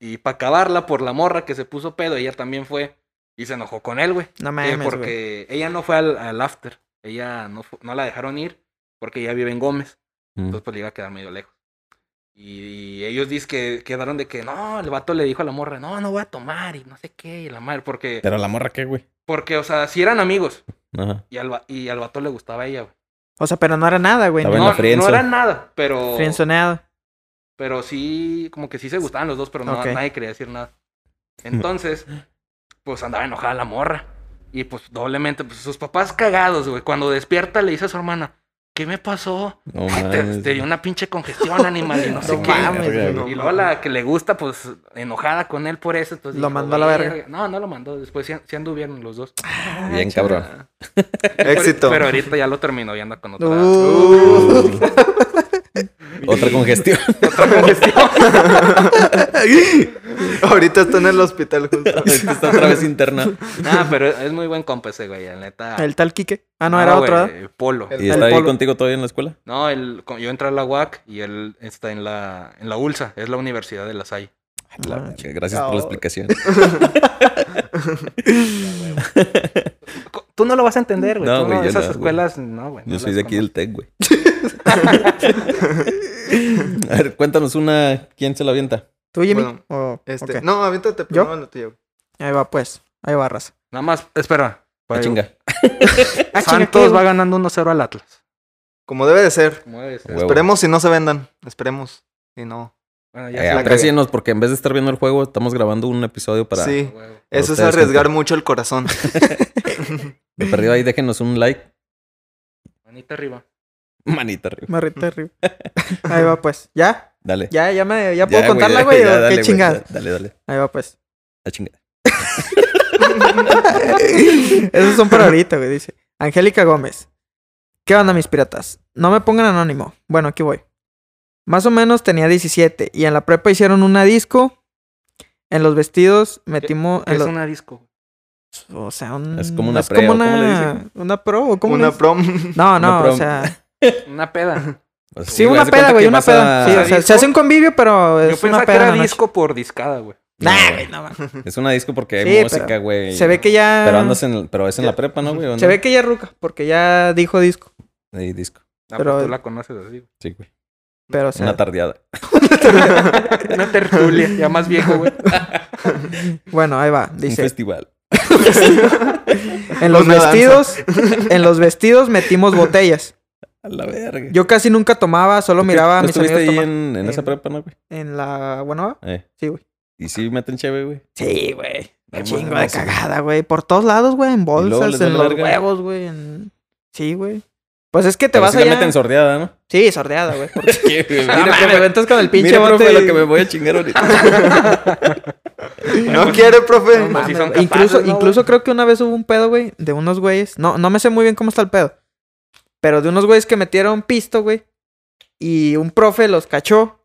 [SPEAKER 4] y para acabarla por la morra que se puso pedo, ella también fue y se enojó con él, güey.
[SPEAKER 3] No
[SPEAKER 4] Eh,
[SPEAKER 3] mames, güey.
[SPEAKER 4] porque ella no fue al, al after. Ella no, fu- no la dejaron ir porque ella vive en Gómez.
[SPEAKER 2] Mm.
[SPEAKER 4] Entonces, pues le iba a quedar medio lejos. Y, ellos dicen que quedaron de que no, el vato le dijo a la morra, no, no voy a tomar y no sé qué. Y la madre, porque,
[SPEAKER 2] Pero la morra, ¿qué, güey?
[SPEAKER 4] porque o sea, si eran amigos
[SPEAKER 2] Ajá.
[SPEAKER 4] y al, va- y al vato le gustaba a ella, güey.
[SPEAKER 3] O sea, pero no era nada, güey.
[SPEAKER 2] Está
[SPEAKER 3] ¿no?
[SPEAKER 2] Bueno,
[SPEAKER 4] No, no
[SPEAKER 2] friendzone.
[SPEAKER 4] eran nada, pero,
[SPEAKER 3] Friendzoneado.
[SPEAKER 4] pero sí, como que sí se gustaban los dos, pero no-
[SPEAKER 3] Ok. Mm.
[SPEAKER 4] nadie quería decir nada. Entonces, pues andaba enojada la morra. Y pues doblemente, pues sus papás cagados, güey. Cuando despierta le dice a su hermana, ¿qué me pasó?
[SPEAKER 2] No
[SPEAKER 4] Ay, te,
[SPEAKER 2] mames.
[SPEAKER 4] te dio una pinche congestión, animal,
[SPEAKER 3] [LAUGHS]
[SPEAKER 4] y no, sé
[SPEAKER 3] No
[SPEAKER 4] qué.
[SPEAKER 3] mames,
[SPEAKER 2] verga,
[SPEAKER 1] güey.
[SPEAKER 4] y luego la que le gusta, pues, enojada con él por eso. entonces
[SPEAKER 3] Lo mandó a la verga.
[SPEAKER 4] No, no lo mandó. Después sí, sí anduvieron los dos.
[SPEAKER 2] Bien, cabrón.
[SPEAKER 1] Éxito.
[SPEAKER 4] Pero ahorita ya lo terminó y anda con otra.
[SPEAKER 3] Uh.
[SPEAKER 2] Otra [LAUGHS] congestión.
[SPEAKER 4] otra congestión.
[SPEAKER 1] Ahorita está en el hospital justo.
[SPEAKER 3] [LAUGHS]
[SPEAKER 2] Está otra vez interna.
[SPEAKER 4] Ah, pero es muy buen compa ese, güey. La neta.
[SPEAKER 3] El tal Quique. Ah, no, era otro, ¿eh?
[SPEAKER 4] güey, Polo.
[SPEAKER 1] El-
[SPEAKER 2] ¿Y
[SPEAKER 3] El
[SPEAKER 2] está ahí
[SPEAKER 3] polo.
[SPEAKER 2] contigo todavía en la escuela?
[SPEAKER 4] No, él, yo entré a la UAC y él está en la, en la ULSA. Es la Universidad de La Salle.
[SPEAKER 2] La
[SPEAKER 3] Ah,
[SPEAKER 2] verga, Gracias por la [LAUGHS]
[SPEAKER 3] no.
[SPEAKER 2] explicación.
[SPEAKER 4] Co- Tú no lo vas a entender, güey.
[SPEAKER 2] No,
[SPEAKER 4] Tú
[SPEAKER 2] güey, yo
[SPEAKER 4] esas
[SPEAKER 2] no, güey.
[SPEAKER 4] escuelas, no, güey. no
[SPEAKER 2] Yo soy
[SPEAKER 4] las
[SPEAKER 2] de aquí
[SPEAKER 4] conoces.
[SPEAKER 2] del TEC, güey. A ver, cuéntanos una. ¿Quién se la avienta?
[SPEAKER 3] ¿Tú, Jimmy?
[SPEAKER 1] Bueno,
[SPEAKER 3] O-
[SPEAKER 1] Este,
[SPEAKER 3] ok.
[SPEAKER 1] No, aviéntate
[SPEAKER 3] ¿Yo?
[SPEAKER 1] primero la tuya. güey.
[SPEAKER 3] Ahí va, pues. Ahí va, raza.
[SPEAKER 4] Nada más, espera.
[SPEAKER 2] Ah, chinga.
[SPEAKER 3] Ah, chinga, ¿qué,
[SPEAKER 4] Santos va
[SPEAKER 3] güey?
[SPEAKER 4] ganando 1-0 al Atlas.
[SPEAKER 1] Como debe de ser.
[SPEAKER 4] Como debe ser.
[SPEAKER 2] Huevo.
[SPEAKER 1] Esperemos si no se vendan. Esperemos. Si no.
[SPEAKER 4] Bueno,
[SPEAKER 2] Eh,
[SPEAKER 4] ya se la cagué.
[SPEAKER 2] aprécienos porque en vez de estar viendo el juego, estamos grabando un episodio para.
[SPEAKER 1] Sí.
[SPEAKER 4] Huevo.
[SPEAKER 1] Eso es
[SPEAKER 2] ustedes,
[SPEAKER 1] arriesgar
[SPEAKER 2] gente.
[SPEAKER 1] mucho el
[SPEAKER 2] [LAUGHS]
[SPEAKER 1] corazón.
[SPEAKER 2] De perdido ahí, déjenos un like.
[SPEAKER 4] Manita arriba.
[SPEAKER 2] Manita arriba.
[SPEAKER 3] Me reté arriba. Ahí va, pues. ¿Ya?
[SPEAKER 2] Dale.
[SPEAKER 3] ¿Ya, ya me... ¿Ya puedo
[SPEAKER 2] güey,
[SPEAKER 3] contarla,
[SPEAKER 2] ya,
[SPEAKER 3] güey?
[SPEAKER 2] ya,
[SPEAKER 3] ¿O
[SPEAKER 2] dale,
[SPEAKER 3] ¿Qué
[SPEAKER 2] güey,
[SPEAKER 3] chingada?
[SPEAKER 2] ya, Dale, dale.
[SPEAKER 3] Ahí va, pues.
[SPEAKER 2] La chingada.
[SPEAKER 3] [LAUGHS] Esos son para ahorita, güey, dice. Angélica Gómez. ¿Qué onda, mis piratas? No me pongan anónimo. Bueno, aquí voy. Más o menos tenía 17 y en la prepa hicieron una disco. En los vestidos metimos... en
[SPEAKER 4] Es
[SPEAKER 3] los-
[SPEAKER 4] una disco.
[SPEAKER 3] O sea, un-
[SPEAKER 2] Es como una pre, ¿o cómo le
[SPEAKER 3] una, una pro o cómo le
[SPEAKER 1] Una
[SPEAKER 3] dicen?
[SPEAKER 1] prom. [LAUGHS]
[SPEAKER 3] No,
[SPEAKER 2] Una
[SPEAKER 3] no,
[SPEAKER 2] pro.
[SPEAKER 3] o sea...
[SPEAKER 4] Una
[SPEAKER 3] [LAUGHS]
[SPEAKER 4] peda.
[SPEAKER 2] Pues
[SPEAKER 3] Sí, una
[SPEAKER 2] haz de cuenta
[SPEAKER 3] peda,
[SPEAKER 2] que
[SPEAKER 3] güey, una
[SPEAKER 2] vas
[SPEAKER 3] peda.
[SPEAKER 2] a-
[SPEAKER 3] Sí, o sea, se hace un convivio, pero
[SPEAKER 4] Yo
[SPEAKER 3] es una
[SPEAKER 4] pensaba que
[SPEAKER 3] peda. en
[SPEAKER 4] era
[SPEAKER 3] la noche.
[SPEAKER 4] disco por discada, güey.
[SPEAKER 3] Nah,
[SPEAKER 2] No,
[SPEAKER 3] güey, no, mames.
[SPEAKER 2] Es una disco porque hay
[SPEAKER 3] Sí,
[SPEAKER 2] música,
[SPEAKER 3] pero
[SPEAKER 2] güey.
[SPEAKER 3] Se ve que ya...
[SPEAKER 2] Pero andas en. Pero es en la prepa, ¿no, güey? ¿O
[SPEAKER 3] Se
[SPEAKER 2] no?
[SPEAKER 3] ve que ya ruca, porque ya dijo disco.
[SPEAKER 2] Ahí, disco.
[SPEAKER 4] Ah,
[SPEAKER 3] Pero-
[SPEAKER 4] pues tú la conoces así. güey.
[SPEAKER 2] Sí, güey.
[SPEAKER 3] Pero, o sea,
[SPEAKER 2] Una tardeada. [LAUGHS]
[SPEAKER 4] Una tertulia, ya más viejo, güey.
[SPEAKER 3] bueno, ahí va.
[SPEAKER 2] Un
[SPEAKER 3] Dice,
[SPEAKER 2] festival.
[SPEAKER 3] En los
[SPEAKER 1] Una danza.
[SPEAKER 2] [LAUGHS]
[SPEAKER 3] vestidos, en los vestidos metimos botellas.
[SPEAKER 2] A la verga.
[SPEAKER 3] Yo casi nunca tomaba, solo miraba a
[SPEAKER 2] ¿No
[SPEAKER 3] mis
[SPEAKER 2] estuviste
[SPEAKER 3] amigos
[SPEAKER 2] ahí
[SPEAKER 3] tomar.
[SPEAKER 2] en, en esa
[SPEAKER 3] Eh.
[SPEAKER 2] prepa, no, güey?
[SPEAKER 3] ¿En la Guanaba?
[SPEAKER 2] Eh.
[SPEAKER 3] Sí, güey.
[SPEAKER 2] Y sí meten chévere, güey.
[SPEAKER 3] Sí, güey.
[SPEAKER 2] No
[SPEAKER 3] Chingo de
[SPEAKER 2] mames.
[SPEAKER 3] cagada, güey. Por todos lados, güey. En
[SPEAKER 2] luego
[SPEAKER 3] bolsas,
[SPEAKER 2] les da
[SPEAKER 3] en
[SPEAKER 2] la
[SPEAKER 3] los
[SPEAKER 2] verga.
[SPEAKER 3] huevos, güey. en- Sí, güey. Pues es que te
[SPEAKER 2] Pero
[SPEAKER 3] vas
[SPEAKER 2] sí
[SPEAKER 3] allá.
[SPEAKER 2] la meten sordeada,
[SPEAKER 3] [LAUGHS]
[SPEAKER 2] ¿no?
[SPEAKER 3] Sí, sordeada, güey. Porque...
[SPEAKER 2] Sí, güey.
[SPEAKER 3] Mira,
[SPEAKER 2] [LAUGHS] Mira,
[SPEAKER 3] profe, ventas con el pinche
[SPEAKER 2] mira, profe,
[SPEAKER 3] bote.
[SPEAKER 2] lo que me voy a chingar
[SPEAKER 3] [LAUGHS]
[SPEAKER 2] ahorita.
[SPEAKER 1] No quiere, profe. Ah,
[SPEAKER 3] No pues, mames,
[SPEAKER 4] Si son
[SPEAKER 3] güey. incluso,
[SPEAKER 4] capaces, ¿no,
[SPEAKER 3] incluso creo que una vez hubo un pedo, güey, de unos güeyes. No, no me sé muy bien cómo está el pedo. Pero de unos güeyes que metieron pisto, güey. Y un profe los cachó.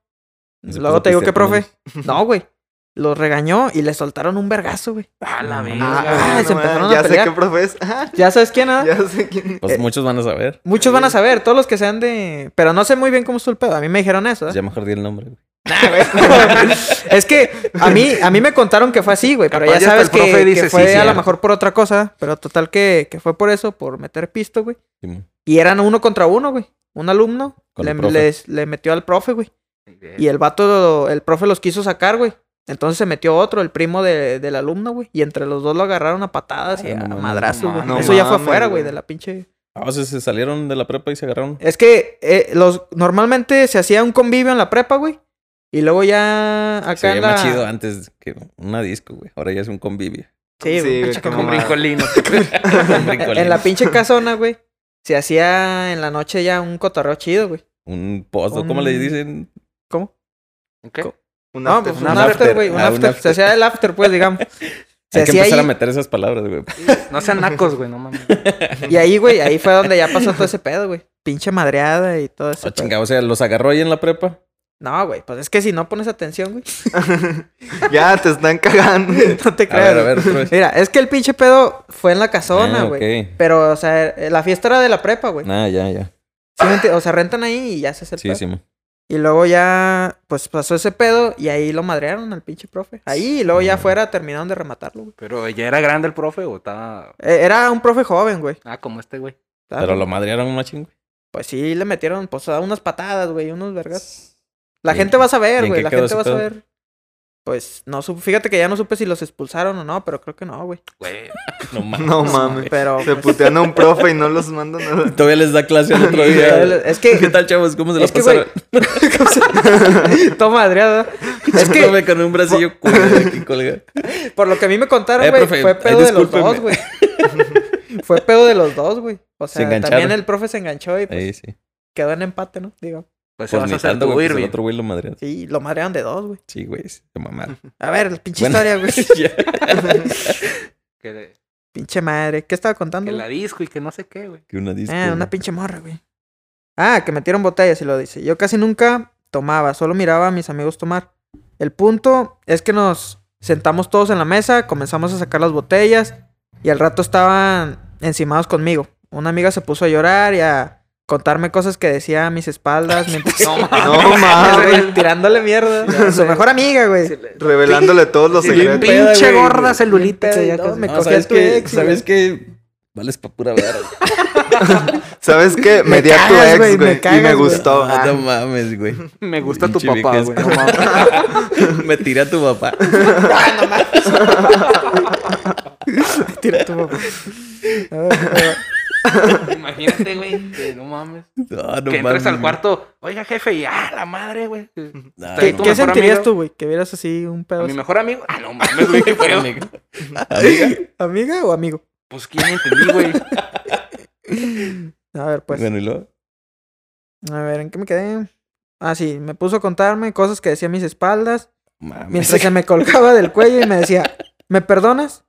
[SPEAKER 2] Se
[SPEAKER 3] Luego
[SPEAKER 2] puso
[SPEAKER 3] te digo que,
[SPEAKER 2] pistear con
[SPEAKER 3] profe. No, güey. Los regañó y le soltaron un vergazo, güey.
[SPEAKER 4] A la verga.
[SPEAKER 1] Ah,
[SPEAKER 3] Ah,
[SPEAKER 1] ah,
[SPEAKER 3] se
[SPEAKER 1] no
[SPEAKER 3] empezaron
[SPEAKER 1] mames,
[SPEAKER 3] a
[SPEAKER 1] ya sé
[SPEAKER 3] pelear.
[SPEAKER 1] qué profe es. Ah,
[SPEAKER 3] ¿Ya sabes quién, ah?
[SPEAKER 1] ya sé quién.
[SPEAKER 2] Pues muchos van a saber.
[SPEAKER 3] Muchos van a saber, todos los que sean de. Pero no sé muy bien cómo estuvo el pedo. A mí me dijeron eso. ¿eh?
[SPEAKER 2] Ya mejor di el nombre, güey.
[SPEAKER 3] [LAUGHS] es que a mí, a mí me contaron que fue así, güey. Pero ya
[SPEAKER 4] Capaz ya hasta
[SPEAKER 3] sabes
[SPEAKER 4] el
[SPEAKER 3] que, que
[SPEAKER 4] profe dice,
[SPEAKER 3] fue
[SPEAKER 4] sí,
[SPEAKER 3] a lo
[SPEAKER 4] cierto.
[SPEAKER 3] mejor por otra cosa. Pero total que, que fue por eso, por meter pisto, güey.
[SPEAKER 2] Simón.
[SPEAKER 3] Y eran uno contra uno, güey. Un alumno
[SPEAKER 2] Con
[SPEAKER 3] le,
[SPEAKER 2] el profe.
[SPEAKER 3] les- le metió al profe, güey. Y
[SPEAKER 4] Y
[SPEAKER 3] el vato, el profe los quiso sacar, güey. Entonces se metió otro, el primo de- del alumno, güey. Y entre los dos lo agarraron a patadas
[SPEAKER 2] Ay,
[SPEAKER 3] y
[SPEAKER 2] no
[SPEAKER 3] a
[SPEAKER 2] mames.
[SPEAKER 3] madrazos, güey.
[SPEAKER 1] No
[SPEAKER 3] Eso ya fue
[SPEAKER 1] mames,
[SPEAKER 3] afuera, güey,
[SPEAKER 1] güey.
[SPEAKER 3] de la pinche.
[SPEAKER 2] Ah, o sea, se salieron de la prepa y se agarraron.
[SPEAKER 3] Es que eh, los normalmente se hacía un convivio en la prepa, güey. Y luego ya acá
[SPEAKER 2] Se
[SPEAKER 3] en
[SPEAKER 2] veía
[SPEAKER 3] la...
[SPEAKER 2] más chido antes que una disco, güey. Ahora ya es un
[SPEAKER 3] [LAUGHS]
[SPEAKER 2] convivio.
[SPEAKER 1] Sí,
[SPEAKER 3] Sí, güey.
[SPEAKER 1] güey, qué
[SPEAKER 4] con un
[SPEAKER 1] mamada.
[SPEAKER 2] [LAUGHS]
[SPEAKER 4] brincolino. ¿te crees?
[SPEAKER 2] Un brincolín,
[SPEAKER 3] en la pinche casona, güey. Se hacía en la noche ya un cotorreo chido, güey.
[SPEAKER 2] Un post, ¿o ¿cómo
[SPEAKER 3] un-
[SPEAKER 2] le dicen?
[SPEAKER 3] ¿Cómo?
[SPEAKER 4] ¿Qué?
[SPEAKER 1] Un
[SPEAKER 3] No,
[SPEAKER 1] after,
[SPEAKER 3] pues
[SPEAKER 1] un
[SPEAKER 3] un
[SPEAKER 1] after.
[SPEAKER 3] after, güey. Un
[SPEAKER 2] Ah, un
[SPEAKER 3] after. Se
[SPEAKER 2] after.
[SPEAKER 3] hacía el after, pues, digamos. Se
[SPEAKER 2] [LAUGHS] Hay que
[SPEAKER 3] hacía
[SPEAKER 2] empezar a
[SPEAKER 3] ahí. Pues,
[SPEAKER 2] meter esas palabras, güey. Ah,
[SPEAKER 4] No sean nacos, güey, no mames.
[SPEAKER 3] Y ahí, güey, ahí fue donde ya pasó todo ese pedo, güey. Pinche madreada y todo eso.
[SPEAKER 2] Ah, chingado, o sea, los agarró ahí en la prepa.
[SPEAKER 3] No, güey. Pues es que si no pones atención,
[SPEAKER 1] [LAUGHS]
[SPEAKER 3] güey. [LAUGHS]
[SPEAKER 1] Ya te están cagando.
[SPEAKER 3] No te
[SPEAKER 2] A
[SPEAKER 3] creas.
[SPEAKER 2] ver, a
[SPEAKER 3] güey.
[SPEAKER 2] ver, otra
[SPEAKER 3] [LAUGHS]
[SPEAKER 2] vez.
[SPEAKER 3] Mira, es que el pinche pedo fue en la
[SPEAKER 2] Ah,
[SPEAKER 3] casona, güey.
[SPEAKER 2] ok.
[SPEAKER 3] Pero, o sea, eh, la fiesta era de la prepa, güey.
[SPEAKER 2] Ah, ya, ya.
[SPEAKER 3] Sí, me enti- O sea, rentan ahí y ya se hace el
[SPEAKER 2] Sí,
[SPEAKER 3] pedo.
[SPEAKER 2] sí. mo.
[SPEAKER 3] Y luego ya, pues pasó ese pedo y ahí lo madrearon al pinche profe. Ahí y luego
[SPEAKER 2] Mm.
[SPEAKER 3] ya afuera terminaron de rematarlo, güey.
[SPEAKER 4] Pero ya era grande el profe o estaba.
[SPEAKER 3] Eh, Era un profe joven, güey.
[SPEAKER 4] Ah, como este, güey.
[SPEAKER 3] ¿sabes?
[SPEAKER 2] Pero lo madrearon más chingo.
[SPEAKER 3] Pues sí, le metieron, pues, a unas patadas, güey, unos vergas. La gente va a
[SPEAKER 2] ¿Y
[SPEAKER 3] saber,
[SPEAKER 2] en
[SPEAKER 3] güey.
[SPEAKER 2] qué
[SPEAKER 3] La
[SPEAKER 2] quedó ese
[SPEAKER 3] gente va a
[SPEAKER 2] pedo?
[SPEAKER 3] saber. Pues no supe, fíjate que ya no supe si los expulsaron o no, pero creo que
[SPEAKER 2] [LAUGHS]
[SPEAKER 3] no, güey.
[SPEAKER 4] Güey.
[SPEAKER 3] [LAUGHS]
[SPEAKER 2] No mames.
[SPEAKER 1] No mames.
[SPEAKER 3] Pero
[SPEAKER 1] Se
[SPEAKER 3] pues,
[SPEAKER 1] putean a un profe y no los mandan
[SPEAKER 3] [LAUGHS]
[SPEAKER 1] a...
[SPEAKER 2] Todavía les da clase al otro día. [LAUGHS]
[SPEAKER 3] es
[SPEAKER 2] ¿Qué
[SPEAKER 3] que
[SPEAKER 2] tal, chavos? ¿Cómo se la
[SPEAKER 3] es que güey,
[SPEAKER 2] pasaron?
[SPEAKER 3] [LAUGHS] toma madreada. [LAUGHS] Es
[SPEAKER 2] [LAUGHS]
[SPEAKER 3] que
[SPEAKER 2] Profe, con un
[SPEAKER 3] [LAUGHS]
[SPEAKER 2] bracillo culero aquí colgado.
[SPEAKER 3] Por lo que a mí me contaron,
[SPEAKER 2] Eh,
[SPEAKER 3] güey,
[SPEAKER 2] profe,
[SPEAKER 3] fue
[SPEAKER 2] ay,
[SPEAKER 3] pedo de los
[SPEAKER 2] discúlpeme.
[SPEAKER 3] dos, güey. fue pedo de los dos, güey. O
[SPEAKER 2] Se
[SPEAKER 3] sea,
[SPEAKER 2] engancharon.
[SPEAKER 3] también el profe se enganchó y pues,
[SPEAKER 2] Ahí sí.
[SPEAKER 3] quedó en empate, ¿no? Digo,
[SPEAKER 4] Pues se
[SPEAKER 2] Pues
[SPEAKER 4] vas a
[SPEAKER 2] ni
[SPEAKER 4] hacer
[SPEAKER 2] tanto,
[SPEAKER 4] tú,
[SPEAKER 2] güey. pues el
[SPEAKER 4] Irving.
[SPEAKER 2] otro güey lo madrearon.
[SPEAKER 3] sí, lo madrearon de dos, güey.
[SPEAKER 2] Sí, güey. Se mamaron.
[SPEAKER 3] A ver, la pinche
[SPEAKER 2] Bueno.
[SPEAKER 3] historia, güey.
[SPEAKER 2] [LAUGHS] Ya.
[SPEAKER 4] Que, de-
[SPEAKER 3] pinche madre. ¿Qué estaba contando?
[SPEAKER 4] que la
[SPEAKER 3] güey?
[SPEAKER 4] disco y que no sé qué, güey.
[SPEAKER 2] Que una disco.
[SPEAKER 3] Ah, una
[SPEAKER 2] güey.
[SPEAKER 3] pinche morra, güey. Ah, que metieron botellas y lo dice. Yo casi nunca tomaba, solo miraba a mis amigos tomar. El punto es que nos sentamos todos en la mesa, comenzamos a sacar las botellas y al rato estaban encimados conmigo. Una amiga se puso a llorar y a contarme cosas que decía a mis espaldas mientras
[SPEAKER 4] No mames.
[SPEAKER 1] No mames.
[SPEAKER 3] güey, tirándole mierda. Su mejor amiga, güey.
[SPEAKER 1] Revelándole todos los
[SPEAKER 4] Sí,
[SPEAKER 1] secretos.
[SPEAKER 3] peda,
[SPEAKER 4] pinche
[SPEAKER 3] güey.
[SPEAKER 4] gorda celulita.
[SPEAKER 3] Bien
[SPEAKER 4] ya
[SPEAKER 3] pedo y Pues
[SPEAKER 4] casi-
[SPEAKER 3] todo, me
[SPEAKER 2] No,
[SPEAKER 3] cogí
[SPEAKER 2] ¿sabes
[SPEAKER 3] a tu
[SPEAKER 2] qué?
[SPEAKER 3] ex,
[SPEAKER 2] ¿Sabes qué? Vales pa' pura verga.
[SPEAKER 3] [LAUGHS]
[SPEAKER 1] ¿Sabes qué?
[SPEAKER 3] Me
[SPEAKER 1] Me di a tu
[SPEAKER 3] cagas, güey,
[SPEAKER 1] ex,
[SPEAKER 3] me
[SPEAKER 1] güey. Y me
[SPEAKER 3] cagas, güey.
[SPEAKER 1] gustó.
[SPEAKER 2] Ah,
[SPEAKER 1] Ah,
[SPEAKER 2] No mames,
[SPEAKER 3] [LAUGHS]
[SPEAKER 2] güey.
[SPEAKER 4] Me gusta tu
[SPEAKER 2] Pinche
[SPEAKER 4] papá,
[SPEAKER 2] vieja
[SPEAKER 4] güey. No mames.
[SPEAKER 2] Me tiré a tu
[SPEAKER 3] [LAUGHS]
[SPEAKER 2] papá.
[SPEAKER 3] Tira tu papá. [LAUGHS]
[SPEAKER 4] Imagínate, güey. que No mames.
[SPEAKER 2] No, no
[SPEAKER 4] que entres
[SPEAKER 2] mames,
[SPEAKER 4] al
[SPEAKER 2] güey.
[SPEAKER 4] cuarto. Oiga, jefe. Y ah, la madre, güey.
[SPEAKER 2] No,
[SPEAKER 3] ¿Qué,
[SPEAKER 4] tu
[SPEAKER 3] qué
[SPEAKER 4] mejor
[SPEAKER 3] sentirías
[SPEAKER 4] amigo?
[SPEAKER 3] tú, güey? Que vieras así un
[SPEAKER 4] A
[SPEAKER 3] pedo.
[SPEAKER 4] mi
[SPEAKER 3] así?
[SPEAKER 4] mejor amigo. Ah, no mames, [LAUGHS] güey. Qué feo.
[SPEAKER 3] ¿Amiga o amigo?
[SPEAKER 4] Pues quién entendí, güey.
[SPEAKER 3] A ver, pues.
[SPEAKER 2] Bueno, y luego.
[SPEAKER 3] A ver, ¿en qué me quedé? Ah, sí, me puso a contarme cosas que decía a mis espaldas,
[SPEAKER 2] Mames.
[SPEAKER 3] mientras se me colgaba del cuello y me decía, ¿me perdonas?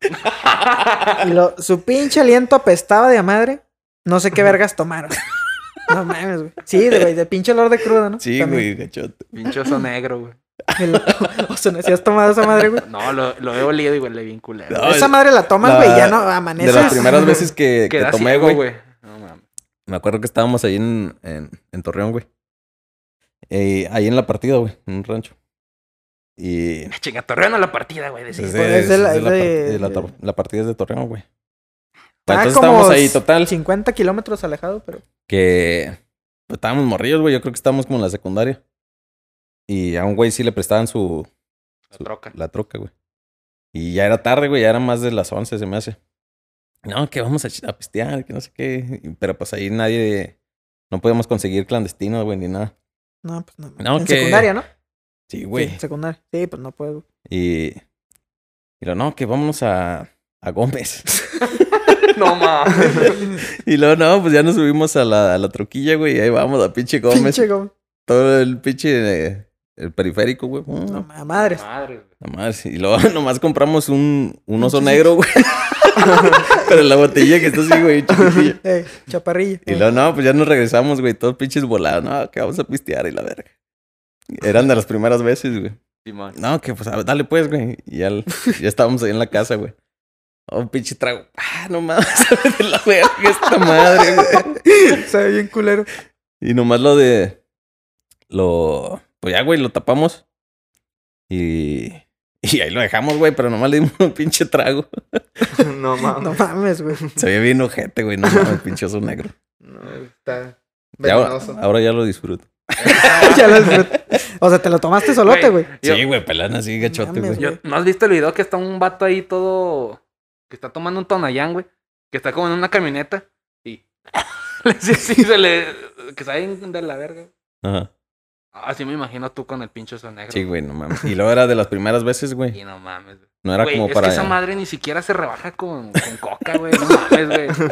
[SPEAKER 3] Y lo- su pinche aliento apestaba de a madre. No sé qué vergas tomaron. No mames, güey. Sí, de, güey, de pinche olor de crudo, ¿no?
[SPEAKER 2] Sí,
[SPEAKER 3] También.
[SPEAKER 2] güey, gachote.
[SPEAKER 4] Pinchoso negro, güey.
[SPEAKER 3] Y lo- [LAUGHS] O sea, ¿no? ¿Sí has tomado esa madre, güey?
[SPEAKER 4] No, lo, lo he olido y huele bien culero.
[SPEAKER 2] No,
[SPEAKER 3] esa
[SPEAKER 2] es-
[SPEAKER 3] madre la tomas,
[SPEAKER 2] la-
[SPEAKER 3] güey, ya no
[SPEAKER 2] De
[SPEAKER 3] amaneces.
[SPEAKER 2] las primeras veces que, que
[SPEAKER 4] Queda
[SPEAKER 2] tomé,
[SPEAKER 4] ciego,
[SPEAKER 2] güey.
[SPEAKER 4] güey. No mames.
[SPEAKER 2] Me acuerdo que estábamos ahí en, en, en Torreón, güey. Eh, ahí en la partida, güey, en un rancho. Y. pues,
[SPEAKER 4] Ah, Chinga, Torreón a la partida, güey.
[SPEAKER 2] es
[SPEAKER 4] decís.
[SPEAKER 3] pues, es de la-
[SPEAKER 2] es
[SPEAKER 3] es
[SPEAKER 2] part-
[SPEAKER 3] de-
[SPEAKER 2] eh, la tor- la partida es de Torreón, güey.
[SPEAKER 3] Está
[SPEAKER 2] Entonces
[SPEAKER 3] como
[SPEAKER 2] estábamos ahí, total.
[SPEAKER 3] 50 kilómetros alejado, pero...
[SPEAKER 2] que pues, estábamos morrillos, güey. Yo creo que estábamos como en la secundaria. Y a un güey sí le prestaban su [LAUGHS]
[SPEAKER 4] La troca.
[SPEAKER 2] la troca, güey. Y ya era tarde, güey, ya era más de las 11, se me hace. No, que vamos a, ch- a pistear, que no sé qué. Y- Pero pues ahí nadie, no podíamos conseguir clandestinos, güey, ni nada.
[SPEAKER 3] No, pues no.
[SPEAKER 2] No,
[SPEAKER 3] en
[SPEAKER 2] que-
[SPEAKER 3] secundaria, ¿no?
[SPEAKER 2] Sí, güey.
[SPEAKER 3] Sí, en secundaria. Sí, pues no puedo.
[SPEAKER 2] Y, y lo, no, que vámonos a, a Gómez. [LAUGHS]
[SPEAKER 4] No mames.
[SPEAKER 2] y luego, no, pues ya nos subimos a la, a la truquilla, güey, y ahí vamos a pinche Gómez.
[SPEAKER 3] Pinche Gómez.
[SPEAKER 2] Todo el pinche, eh, el periférico, güey. Mm,
[SPEAKER 3] No, ma- madres.
[SPEAKER 4] Madre, güey.
[SPEAKER 2] la madre, sí. Y luego [LAUGHS] nomás compramos un, un oso negro, güey. [LAUGHS] Pero la botella que está así, güey, chiquitilla.
[SPEAKER 3] Ey, chaparrilla.
[SPEAKER 2] Y luego, no, pues ya nos regresamos, güey, todos pinches volados. No, que vamos a pistear y la verga. Eran de las primeras veces, güey.
[SPEAKER 4] Simón.
[SPEAKER 2] No, que pues a- dale pues, güey. Y ya, el- ya estábamos ahí en la casa, güey. Oh, un pinche trago. Ah, no mames, [LAUGHS] sabe de la verga esta madre, güey.
[SPEAKER 3] [LAUGHS] Se ve bien culero.
[SPEAKER 2] Y nomás lo de. Lo. Pues ya, güey, lo tapamos. Y. Y ahí lo dejamos, güey, pero nomás le dimos [LAUGHS] un pinche trago.
[SPEAKER 1] no
[SPEAKER 3] No
[SPEAKER 1] mames.
[SPEAKER 3] mames, güey. [LAUGHS]
[SPEAKER 2] Se veía bien ojete, güey, no
[SPEAKER 4] [LAUGHS]
[SPEAKER 2] mames, pinche oso negro.
[SPEAKER 1] No, está
[SPEAKER 2] Ya,
[SPEAKER 1] venenoso.
[SPEAKER 2] ahora ya lo disfruto.
[SPEAKER 3] Ya lo disfruté. O sea, te lo tomaste solote, güey.
[SPEAKER 4] Yo-
[SPEAKER 2] Sí, güey, pelana así, gachote, güey.
[SPEAKER 3] Mames,
[SPEAKER 4] Yo- ¿No has visto el video que está un vato ahí todo. que está tomando un tonayán, güey? Que está como en una camioneta y. [LAUGHS] sí, sí, se le. que salen de la verga.
[SPEAKER 2] Ajá.
[SPEAKER 4] Así me imagino tú con el pinche oso negro.
[SPEAKER 2] Sí, güey, no mames. Y luego era de las primeras veces,
[SPEAKER 4] Y
[SPEAKER 2] güey.
[SPEAKER 4] no mames, güey.
[SPEAKER 2] No era
[SPEAKER 4] Güey,
[SPEAKER 2] como
[SPEAKER 4] es
[SPEAKER 2] para.
[SPEAKER 4] que esa madre ni siquiera se rebaja con, con coca, güey. No
[SPEAKER 2] [LAUGHS]
[SPEAKER 4] mames, güey.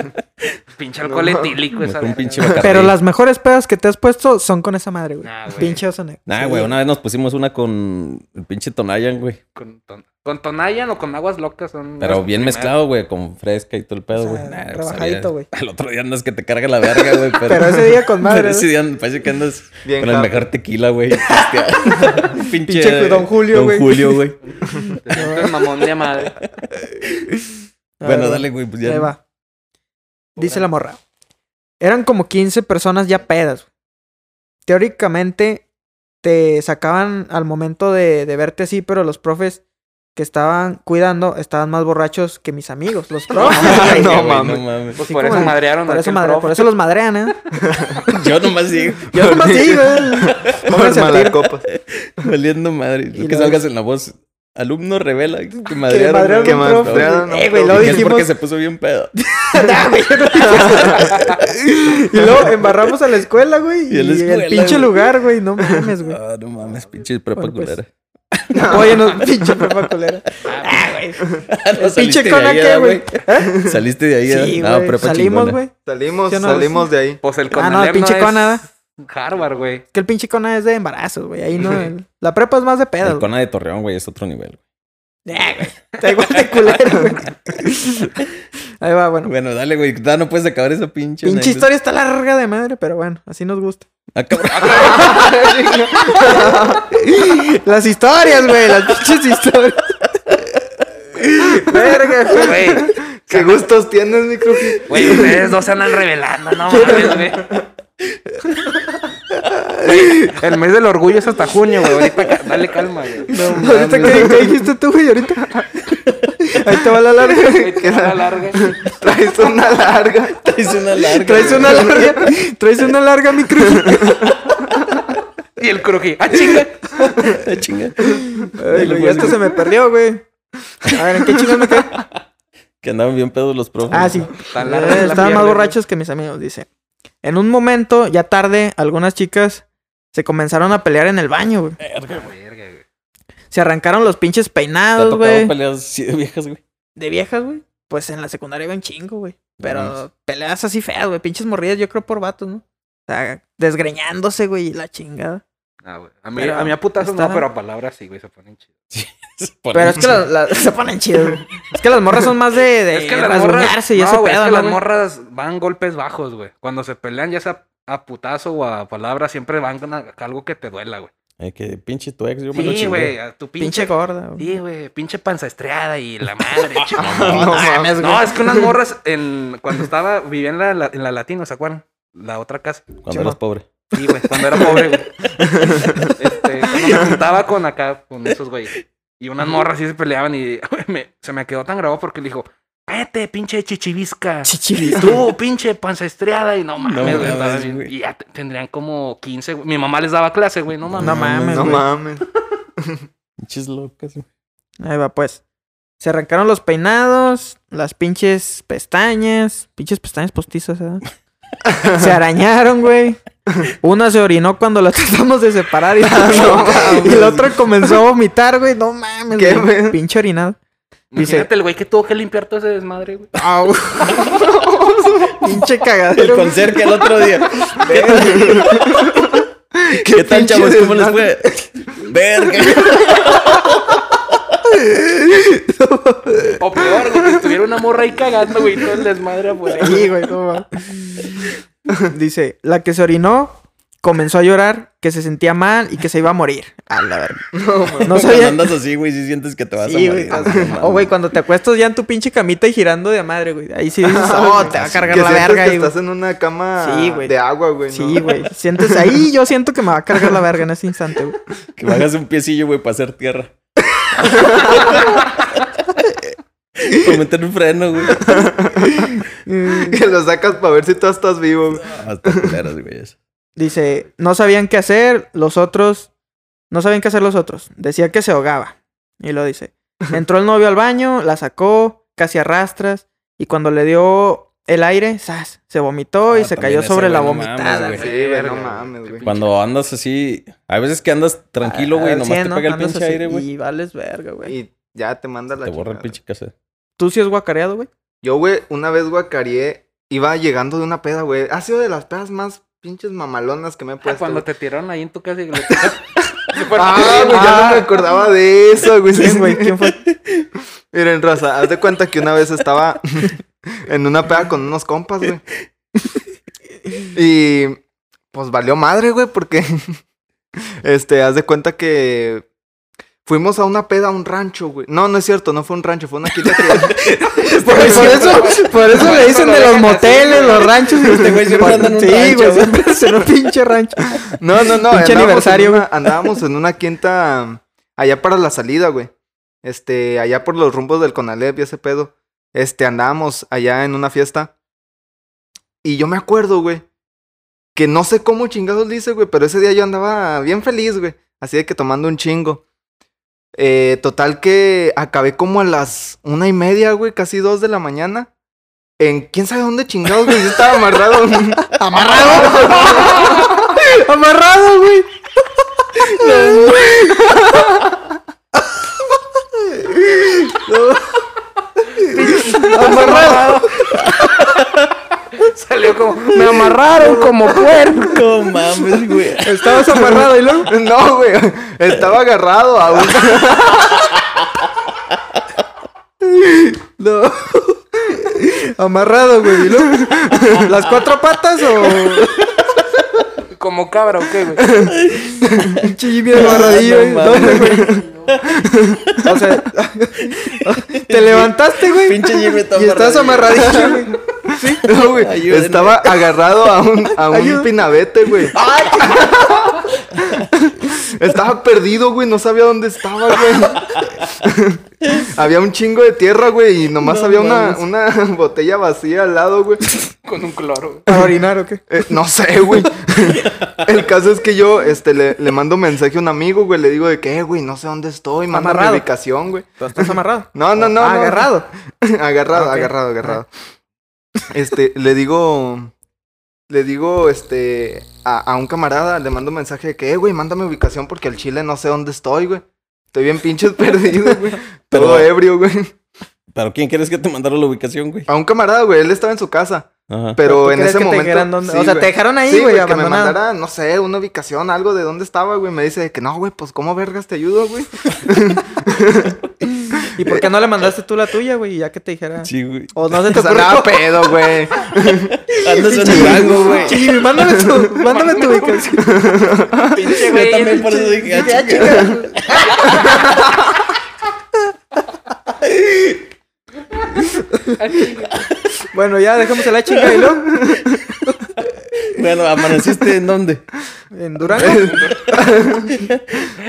[SPEAKER 4] Pinche
[SPEAKER 1] No
[SPEAKER 4] alcohol
[SPEAKER 1] mames.
[SPEAKER 4] etílico
[SPEAKER 2] Mejor
[SPEAKER 4] esa
[SPEAKER 2] un
[SPEAKER 4] verga,
[SPEAKER 2] pinche
[SPEAKER 4] güey.
[SPEAKER 2] Bacardí.
[SPEAKER 3] Pero las mejores pedas que te has puesto son con esa madre, güey.
[SPEAKER 4] Nah, güey.
[SPEAKER 3] Pinche oso negro.
[SPEAKER 2] Nah,
[SPEAKER 3] Sí.
[SPEAKER 2] güey, una vez nos pusimos una con el pinche Tonayan, güey.
[SPEAKER 4] Con, ton- con Tonayan o con aguas locas son.
[SPEAKER 2] Pero
[SPEAKER 4] las
[SPEAKER 2] bien
[SPEAKER 4] primeras.
[SPEAKER 2] mezclado, güey, con fresca y todo el
[SPEAKER 3] O
[SPEAKER 2] pedo,
[SPEAKER 3] sea,
[SPEAKER 2] güey. Nah, pues,
[SPEAKER 3] rebajadito,
[SPEAKER 2] sabía-
[SPEAKER 3] güey.
[SPEAKER 2] [LAUGHS] Al otro día andas que te carga la verga,
[SPEAKER 3] [LAUGHS]
[SPEAKER 2] güey. Pero,
[SPEAKER 3] Pero ese
[SPEAKER 2] [LAUGHS]
[SPEAKER 3] día con madre.
[SPEAKER 2] Pero ese
[SPEAKER 3] ¿no?
[SPEAKER 2] día parece que andas
[SPEAKER 1] Bien
[SPEAKER 2] con el
[SPEAKER 1] cabrón.
[SPEAKER 2] mejor tequila,
[SPEAKER 3] [LAUGHS]
[SPEAKER 2] güey. Este, Pinche,
[SPEAKER 3] Pinche Don Julio, güey.
[SPEAKER 2] Don Julio,
[SPEAKER 3] [LAUGHS]
[SPEAKER 2] güey.
[SPEAKER 4] Te sientes mamón de madre.
[SPEAKER 3] A
[SPEAKER 2] bueno,
[SPEAKER 3] ver,
[SPEAKER 2] dale, güey, pues ya.
[SPEAKER 3] Ahí va. Dice la morra. Eran como 15 personas ya pedas. güey. Teóricamente te sacaban al momento de, de verte así, pero los profes que estaban cuidando estaban más borrachos que mis
[SPEAKER 2] [LAUGHS]
[SPEAKER 3] amigos. Los profes.
[SPEAKER 2] [LAUGHS] Ay,
[SPEAKER 1] No
[SPEAKER 2] güey,
[SPEAKER 1] mames.
[SPEAKER 2] No mames.
[SPEAKER 4] Pues
[SPEAKER 3] Sí,
[SPEAKER 4] por eso
[SPEAKER 3] como-
[SPEAKER 4] madrearon
[SPEAKER 3] por,
[SPEAKER 4] a
[SPEAKER 3] eso
[SPEAKER 4] aquel
[SPEAKER 3] madre-
[SPEAKER 4] profe.
[SPEAKER 3] por eso los
[SPEAKER 2] [LAUGHS]
[SPEAKER 3] madrean, ¿eh?
[SPEAKER 2] Yo nomás digo,
[SPEAKER 3] Yo
[SPEAKER 1] [LAUGHS]
[SPEAKER 3] nomás sí, güey. [LAUGHS] Pónganse a tiro.
[SPEAKER 1] copas.
[SPEAKER 2] [LAUGHS] valiendo madre.
[SPEAKER 3] Y
[SPEAKER 2] que
[SPEAKER 3] luego-
[SPEAKER 2] salgas en la voz. Alumno revela que
[SPEAKER 3] Que
[SPEAKER 2] madrearon.
[SPEAKER 3] madrearon
[SPEAKER 1] que
[SPEAKER 3] un
[SPEAKER 2] madrearon.
[SPEAKER 1] madrearon.
[SPEAKER 3] profe. Eh, güey,
[SPEAKER 2] Y
[SPEAKER 3] lo
[SPEAKER 2] que es
[SPEAKER 3] [LAUGHS] dijimos.
[SPEAKER 2] porque se puso bien pedo.
[SPEAKER 3] Nah, güey, yo no dije
[SPEAKER 2] [LAUGHS]
[SPEAKER 3] eso. y luego embarramos a la escuela, güey.
[SPEAKER 2] Y
[SPEAKER 3] Y,
[SPEAKER 2] a la escuela,
[SPEAKER 3] el pinche
[SPEAKER 2] güey.
[SPEAKER 3] lugar, güey. No mames, güey.
[SPEAKER 2] Ah, no mames, pinche prepa
[SPEAKER 3] Bueno, pues.
[SPEAKER 2] culera. [LAUGHS]
[SPEAKER 3] Oye, no, pinche prepa culera.
[SPEAKER 4] Ah, güey.
[SPEAKER 2] No saliste de
[SPEAKER 3] pinche cona
[SPEAKER 2] ahí,
[SPEAKER 3] que,
[SPEAKER 2] ¿eh,
[SPEAKER 3] güey.
[SPEAKER 2] Saliste de ahí,
[SPEAKER 3] Sí,
[SPEAKER 2] ¿eh? no,
[SPEAKER 3] güey.
[SPEAKER 2] prepa
[SPEAKER 3] Salimos,
[SPEAKER 2] chingona.
[SPEAKER 3] güey.
[SPEAKER 1] Salimos,
[SPEAKER 3] Yo no-
[SPEAKER 1] salimos de ahí.
[SPEAKER 4] Pues el
[SPEAKER 3] Ah, no,
[SPEAKER 4] Conalep
[SPEAKER 3] pinche
[SPEAKER 4] es
[SPEAKER 3] Conada.
[SPEAKER 4] Harvard, güey.
[SPEAKER 3] Que el pinche cona es de embarazos, güey. Ahí no. el- La prepa es más de pedo.
[SPEAKER 2] El cona de Torreón, güey, es otro nivel.
[SPEAKER 4] Ah,
[SPEAKER 3] Está igual de culero, güey. Ahí va, bueno.
[SPEAKER 2] Bueno, dale, güey. da, No puedes acabar esa pinche.
[SPEAKER 3] Pinche
[SPEAKER 2] anécdota.
[SPEAKER 3] historia está larga de madre, pero bueno, así nos gusta. [LAUGHS]
[SPEAKER 2] Ah, cabrón. [LAUGHS]
[SPEAKER 3] Las historias, güey, las pinches historias. Verga, güey.
[SPEAKER 4] Güey,
[SPEAKER 1] ¿Qué gustos tienes, mi cruji?
[SPEAKER 4] güey, ustedes dos se andan revelando, no mames, güey. Güey, El mes del orgullo es hasta junio, güey. Ahorita ca- dale calma, güey.
[SPEAKER 3] ¿Ahorita qué, qué dijiste tú, güey? Ahorita. [LAUGHS] Ahí te va la larga.
[SPEAKER 4] Güey, te la larga.
[SPEAKER 1] Traes una larga.
[SPEAKER 2] Es una larga.
[SPEAKER 3] [LAUGHS] Traes una larga. Traes una larga, mi cruz.
[SPEAKER 4] Y el cruji. ¡Ah, chinga!
[SPEAKER 2] Ah, chinga.
[SPEAKER 3] Ay, güey, esto se me perdió, güey. A ver, ¿en qué chingas me quedé?
[SPEAKER 2] Que andaban bien pedos los profes.
[SPEAKER 3] [LAUGHS] Ah, sí.
[SPEAKER 4] Tan
[SPEAKER 3] Eh,
[SPEAKER 4] larga la
[SPEAKER 3] Estaban más
[SPEAKER 4] pierna,
[SPEAKER 3] borrachos que mis amigos, dice. En un momento, ya tarde, algunas chicas se comenzaron a pelear en el baño, güey.
[SPEAKER 4] Verga, güey.
[SPEAKER 3] Se arrancaron los pinches
[SPEAKER 2] Te ha
[SPEAKER 3] peinados,
[SPEAKER 2] tocado
[SPEAKER 3] güey.
[SPEAKER 2] peleas así de viejas, güey. [LAUGHS]
[SPEAKER 3] De viejas, güey. Pues en la secundaria iba un chingo, güey. Pero
[SPEAKER 2] Vamos.
[SPEAKER 3] peleas así feas, güey. Pinches morridas, yo creo, por vatos, ¿no? O sea, desgreñándose, güey, y la chingada.
[SPEAKER 4] Ah, güey. A mí,
[SPEAKER 3] Pero
[SPEAKER 4] a mí a putazos
[SPEAKER 3] está-
[SPEAKER 4] no, pero a palabras sí, güey, se ponen chidos.
[SPEAKER 2] Por
[SPEAKER 3] Pero es
[SPEAKER 2] eso.
[SPEAKER 3] que las, las- [LAUGHS] se ponen chidas, güey. Es que las morras son más de, de rasguñarse y
[SPEAKER 4] no,
[SPEAKER 3] ese
[SPEAKER 4] güey, es
[SPEAKER 3] pedo,
[SPEAKER 4] que
[SPEAKER 3] ¿no,
[SPEAKER 4] las
[SPEAKER 3] güey?
[SPEAKER 4] morras van golpes bajos, güey. Cuando se pelean, ya sea a putazo o a palabras, siempre van con a- algo que te duela, güey.
[SPEAKER 2] Ay, Eh, que pinche tu ex, yo me lo
[SPEAKER 4] Sí,
[SPEAKER 2] chingué.
[SPEAKER 4] güey, a tu
[SPEAKER 3] Pinche
[SPEAKER 4] pinche.
[SPEAKER 3] gorda, güey.
[SPEAKER 4] Sí, güey, pinche panza estreada y la madre, chingada.
[SPEAKER 1] No, mames.
[SPEAKER 4] No, es que unas morras en cuando estaba, vivía en la, la- en la Latino, ¿se acuerdan? La otra casa.
[SPEAKER 2] Cuando eras
[SPEAKER 3] Simón.
[SPEAKER 2] pobre.
[SPEAKER 4] Sí, güey, cuando era pobre, güey. Este, cuando me juntaba con acá, con esos güeyes. Y unas morras sí se peleaban y güey, me- se me quedó tan grabado porque le dijo, cállate, pinche
[SPEAKER 3] [LAUGHS]
[SPEAKER 4] chichivisca.
[SPEAKER 3] Chichibis.
[SPEAKER 4] Tú, pinche panza estreada y no mames, güey,
[SPEAKER 2] mames,
[SPEAKER 4] estaba bien.
[SPEAKER 2] güey.
[SPEAKER 4] Y ya te- tendrían como 15, güey. Mi mamá les daba clase, güey, no mames.
[SPEAKER 3] No mames,
[SPEAKER 1] No
[SPEAKER 3] güey.
[SPEAKER 1] mames.
[SPEAKER 2] Pinches locas, güey.
[SPEAKER 3] Ahí va, pues. Se arrancaron los peinados, las pinches pestañas, pinches pestañas postizas, [LAUGHS] ¿verdad? Se arañaron, güey. Una se orinó cuando la [LAUGHS] tratamos de separar y, [LAUGHS] y el otro comenzó a vomitar, güey. No mames,
[SPEAKER 1] ¿Qué,
[SPEAKER 3] güey.
[SPEAKER 1] güey?
[SPEAKER 3] Pinche orinado. Dice-
[SPEAKER 4] Imagínate el güey que tuvo que limpiar todo ese desmadre, güey.
[SPEAKER 3] Au. Pinche
[SPEAKER 2] El
[SPEAKER 3] cagadero. güey.
[SPEAKER 2] concierto el otro
[SPEAKER 3] [LAUGHS]
[SPEAKER 2] día. ¿Qué tal- ¿Qué tal,
[SPEAKER 1] pinche
[SPEAKER 2] chavos? ¿Cómo les
[SPEAKER 1] desmadre.
[SPEAKER 2] fue?
[SPEAKER 3] [LAUGHS]
[SPEAKER 2] Verga.
[SPEAKER 4] O peor, güey, que estuviera una morra ahí cagando, güey, todo el desmadre afuera.
[SPEAKER 3] Sí, güey, no va. [LAUGHS] Dice, la que se orinó comenzó a llorar, que se sentía mal y que se iba a morir. A la verga. No
[SPEAKER 2] Cuando
[SPEAKER 3] sabía.
[SPEAKER 2] andas así, güey, si sientes que te vas
[SPEAKER 3] Sí,
[SPEAKER 2] a
[SPEAKER 3] güey.
[SPEAKER 2] morir.
[SPEAKER 3] O, güey, cuando te acuestas ya en tu pinche camita y girando de madre, güey.
[SPEAKER 2] [LAUGHS]
[SPEAKER 3] Ahí sí dices, oh, te va a cargar
[SPEAKER 1] que
[SPEAKER 3] la
[SPEAKER 1] sientes
[SPEAKER 3] verga.
[SPEAKER 1] que
[SPEAKER 3] ahí, güey".
[SPEAKER 1] estás en una cama
[SPEAKER 3] Sí, güey.
[SPEAKER 1] de agua, güey. ¿no?
[SPEAKER 3] Sí, güey.
[SPEAKER 2] [LAUGHS]
[SPEAKER 3] Sientes ahí, yo siento que me va a cargar la verga en ese instante, güey.
[SPEAKER 2] Que bajas un piecillo, güey, para hacer tierra. Para meter un freno, güey.
[SPEAKER 1] [LAUGHS]
[SPEAKER 3] Mm.
[SPEAKER 1] Que lo sacas para ver si tú estás vivo. güey.
[SPEAKER 2] Hasta culeras, Ah, güey. eso.
[SPEAKER 3] Dice, no sabían qué hacer, los otros, no sabían qué hacer los otros. Decía que se ahogaba. Y
[SPEAKER 2] [LAUGHS]
[SPEAKER 3] lo dice. Entró el novio al baño, la sacó, casi arrastras, y cuando le dio el aire, ¡zas! se vomitó y
[SPEAKER 2] Ah,
[SPEAKER 3] se
[SPEAKER 2] también
[SPEAKER 3] cayó
[SPEAKER 2] ese
[SPEAKER 3] sobre
[SPEAKER 2] güey,
[SPEAKER 3] la
[SPEAKER 2] no
[SPEAKER 3] vomitada.
[SPEAKER 2] mames,
[SPEAKER 1] Sí,
[SPEAKER 2] güey.
[SPEAKER 1] güey,
[SPEAKER 4] Verga, Ah,
[SPEAKER 1] no
[SPEAKER 4] güey.
[SPEAKER 1] mames, güey.
[SPEAKER 2] Cuando andas así, hay veces que andas tranquilo, güey,
[SPEAKER 3] Al
[SPEAKER 2] nomás
[SPEAKER 3] cien,
[SPEAKER 2] te
[SPEAKER 3] Ah, ¿no?
[SPEAKER 2] pega el
[SPEAKER 3] Andas
[SPEAKER 2] pinche
[SPEAKER 3] así
[SPEAKER 2] aire, güey.
[SPEAKER 3] Y vales verga, güey.
[SPEAKER 1] Y ya te manda la
[SPEAKER 2] Te borra el
[SPEAKER 1] chingada.
[SPEAKER 2] pinche cassette.
[SPEAKER 3] ¿Tú sí es guacareado, güey?
[SPEAKER 1] Yo, güey, una vez guacareé, iba llegando de una peda, güey. Ha sido de las pedas más pinches mamalonas que me he
[SPEAKER 4] Ah,
[SPEAKER 1] puesto.
[SPEAKER 4] Cuando
[SPEAKER 1] güey.
[SPEAKER 4] te tiraron ahí en tu casa
[SPEAKER 1] [LAUGHS]
[SPEAKER 4] y que le tiraste.
[SPEAKER 1] Ah, güey, ya no me acordaba de eso, güey.
[SPEAKER 3] Sí, güey. ¿Quién fue?
[SPEAKER 1] Miren, raza, haz de cuenta que una vez estaba en una peda con unos compas, güey. Y pues valió madre, güey, porque este, haz de cuenta que fuimos a una peda a un rancho, güey. No, no es cierto, no fue un rancho, fue una quinta
[SPEAKER 3] [LAUGHS]
[SPEAKER 1] que
[SPEAKER 3] Por, por eso, [LAUGHS] por eso le dicen
[SPEAKER 4] lo
[SPEAKER 3] de los
[SPEAKER 4] dejan así,
[SPEAKER 3] moteles,
[SPEAKER 4] güey.
[SPEAKER 3] los ranchos. y-
[SPEAKER 2] Este güey siempre anda en un
[SPEAKER 3] Sí, güey,
[SPEAKER 2] rancho, güey.
[SPEAKER 3] siempre es en un pinche rancho.
[SPEAKER 1] No, no, no, andábamos
[SPEAKER 3] Pinche aniversario,
[SPEAKER 1] en una- andábamos en una quinta allá para la salida, güey. Este, allá por los rumbos del Conalep y ese pedo. Este, andábamos allá en una fiesta. Y yo me acuerdo, güey, que no sé cómo chingados le hice, güey, pero ese día yo andaba bien feliz, güey. Así de que tomando un chingo. Eh, total que acabé como a las una y media, güey, casi dos de la mañana. En quién sabe dónde chingados, güey. Yo estaba amarrado.
[SPEAKER 3] [LAUGHS] [LAUGHS] Amarrado, [LAUGHS] güey. Amarrado.
[SPEAKER 4] Salió como.
[SPEAKER 3] Me amarraron como puerco.
[SPEAKER 2] No mames, güey.
[SPEAKER 3] Estabas amarrado y luego.
[SPEAKER 1] No, güey. Estaba agarrado a un.
[SPEAKER 3] No. Amarrado, güey. y luego, ¿Las cuatro patas o
[SPEAKER 4] Como cabra, ¿o
[SPEAKER 1] [LAUGHS]
[SPEAKER 4] qué, güey?
[SPEAKER 3] pinche Jimmy amarradillo? güey?
[SPEAKER 2] No mames.
[SPEAKER 3] ¿Dónde, güey? O sea, te levantaste, güey.
[SPEAKER 2] Pinche Jimmy está
[SPEAKER 3] Y estás
[SPEAKER 2] amarradillo.
[SPEAKER 3] amarradillo,
[SPEAKER 1] [LAUGHS]
[SPEAKER 3] güey.
[SPEAKER 1] No, güey.
[SPEAKER 2] Ayúdenme.
[SPEAKER 1] Estaba agarrado a un, a un
[SPEAKER 3] Ayúdenme.
[SPEAKER 1] pinabete, güey. [LAUGHS] estaba perdido, güey. No sabía dónde estaba, güey. [LAUGHS] había un chingo de tierra, güey. Y nomás había una, una [LAUGHS] botella vacía al lado, güey.
[SPEAKER 4] Con un cloro, güey.
[SPEAKER 3] ¿Para orinar o qué?
[SPEAKER 1] Eh, no sé, güey. [LAUGHS] El caso es que yo este, le, le mando mensaje a un amigo, güey. Le digo de que, "Eh, güey, no sé dónde estoy. Manda mi
[SPEAKER 3] Amarrado.
[SPEAKER 1] ubicación, güey.
[SPEAKER 3] ¿Tú estás amarrado?
[SPEAKER 1] No, no, no.
[SPEAKER 3] Ah,
[SPEAKER 1] no.
[SPEAKER 3] agarrado.
[SPEAKER 1] [LAUGHS] Agarrado,
[SPEAKER 3] Ah, ok. Ah.
[SPEAKER 1] agarrado, agarrado. Este, le digo. Le digo, este. A, a un camarada, le mando un mensaje de que, eh, güey, mándame ubicación porque al chile no sé dónde estoy, güey. Estoy bien pinches [LAUGHS] perdido, güey. Todo
[SPEAKER 2] Pero-
[SPEAKER 1] ebrio, güey.
[SPEAKER 2] ¿Pero quién quieres que te mandara la ubicación, güey?
[SPEAKER 1] A un camarada, güey, él estaba en su casa.
[SPEAKER 2] Ajá.
[SPEAKER 1] Pero
[SPEAKER 3] ¿Tú
[SPEAKER 1] en
[SPEAKER 3] crees
[SPEAKER 1] ese
[SPEAKER 3] que te
[SPEAKER 1] momento.
[SPEAKER 3] dijeran dónde?
[SPEAKER 1] sí,
[SPEAKER 3] o sea, te
[SPEAKER 1] güey.
[SPEAKER 3] dejaron ahí,
[SPEAKER 1] Sí,
[SPEAKER 3] güey,
[SPEAKER 1] que me
[SPEAKER 3] abandonado.
[SPEAKER 1] mandara, no sé, una ubicación, algo de dónde estaba, güey. Me dice de que no, güey, pues cómo vergas te ayudo, güey.
[SPEAKER 3] ¿Y por qué no le mandaste tú la tuya, güey? Ya que te dijera.
[SPEAKER 2] Sí, güey.
[SPEAKER 3] O no se
[SPEAKER 1] [LAUGHS]
[SPEAKER 3] te
[SPEAKER 1] O sea,
[SPEAKER 3] ocurrió.
[SPEAKER 1] nada pedo, güey.
[SPEAKER 2] Andas en Durango, güey.
[SPEAKER 3] Sí, güey, mándame tu, mándame tu ubicación.
[SPEAKER 4] Pinche,
[SPEAKER 2] Yo
[SPEAKER 4] güey.
[SPEAKER 2] también por eso dije, ah, chica.
[SPEAKER 3] Bueno, ya dejamos la chinga y luego.
[SPEAKER 2] Bueno, ¿amaneciste en dónde?
[SPEAKER 1] [LAUGHS]
[SPEAKER 3] En Durango.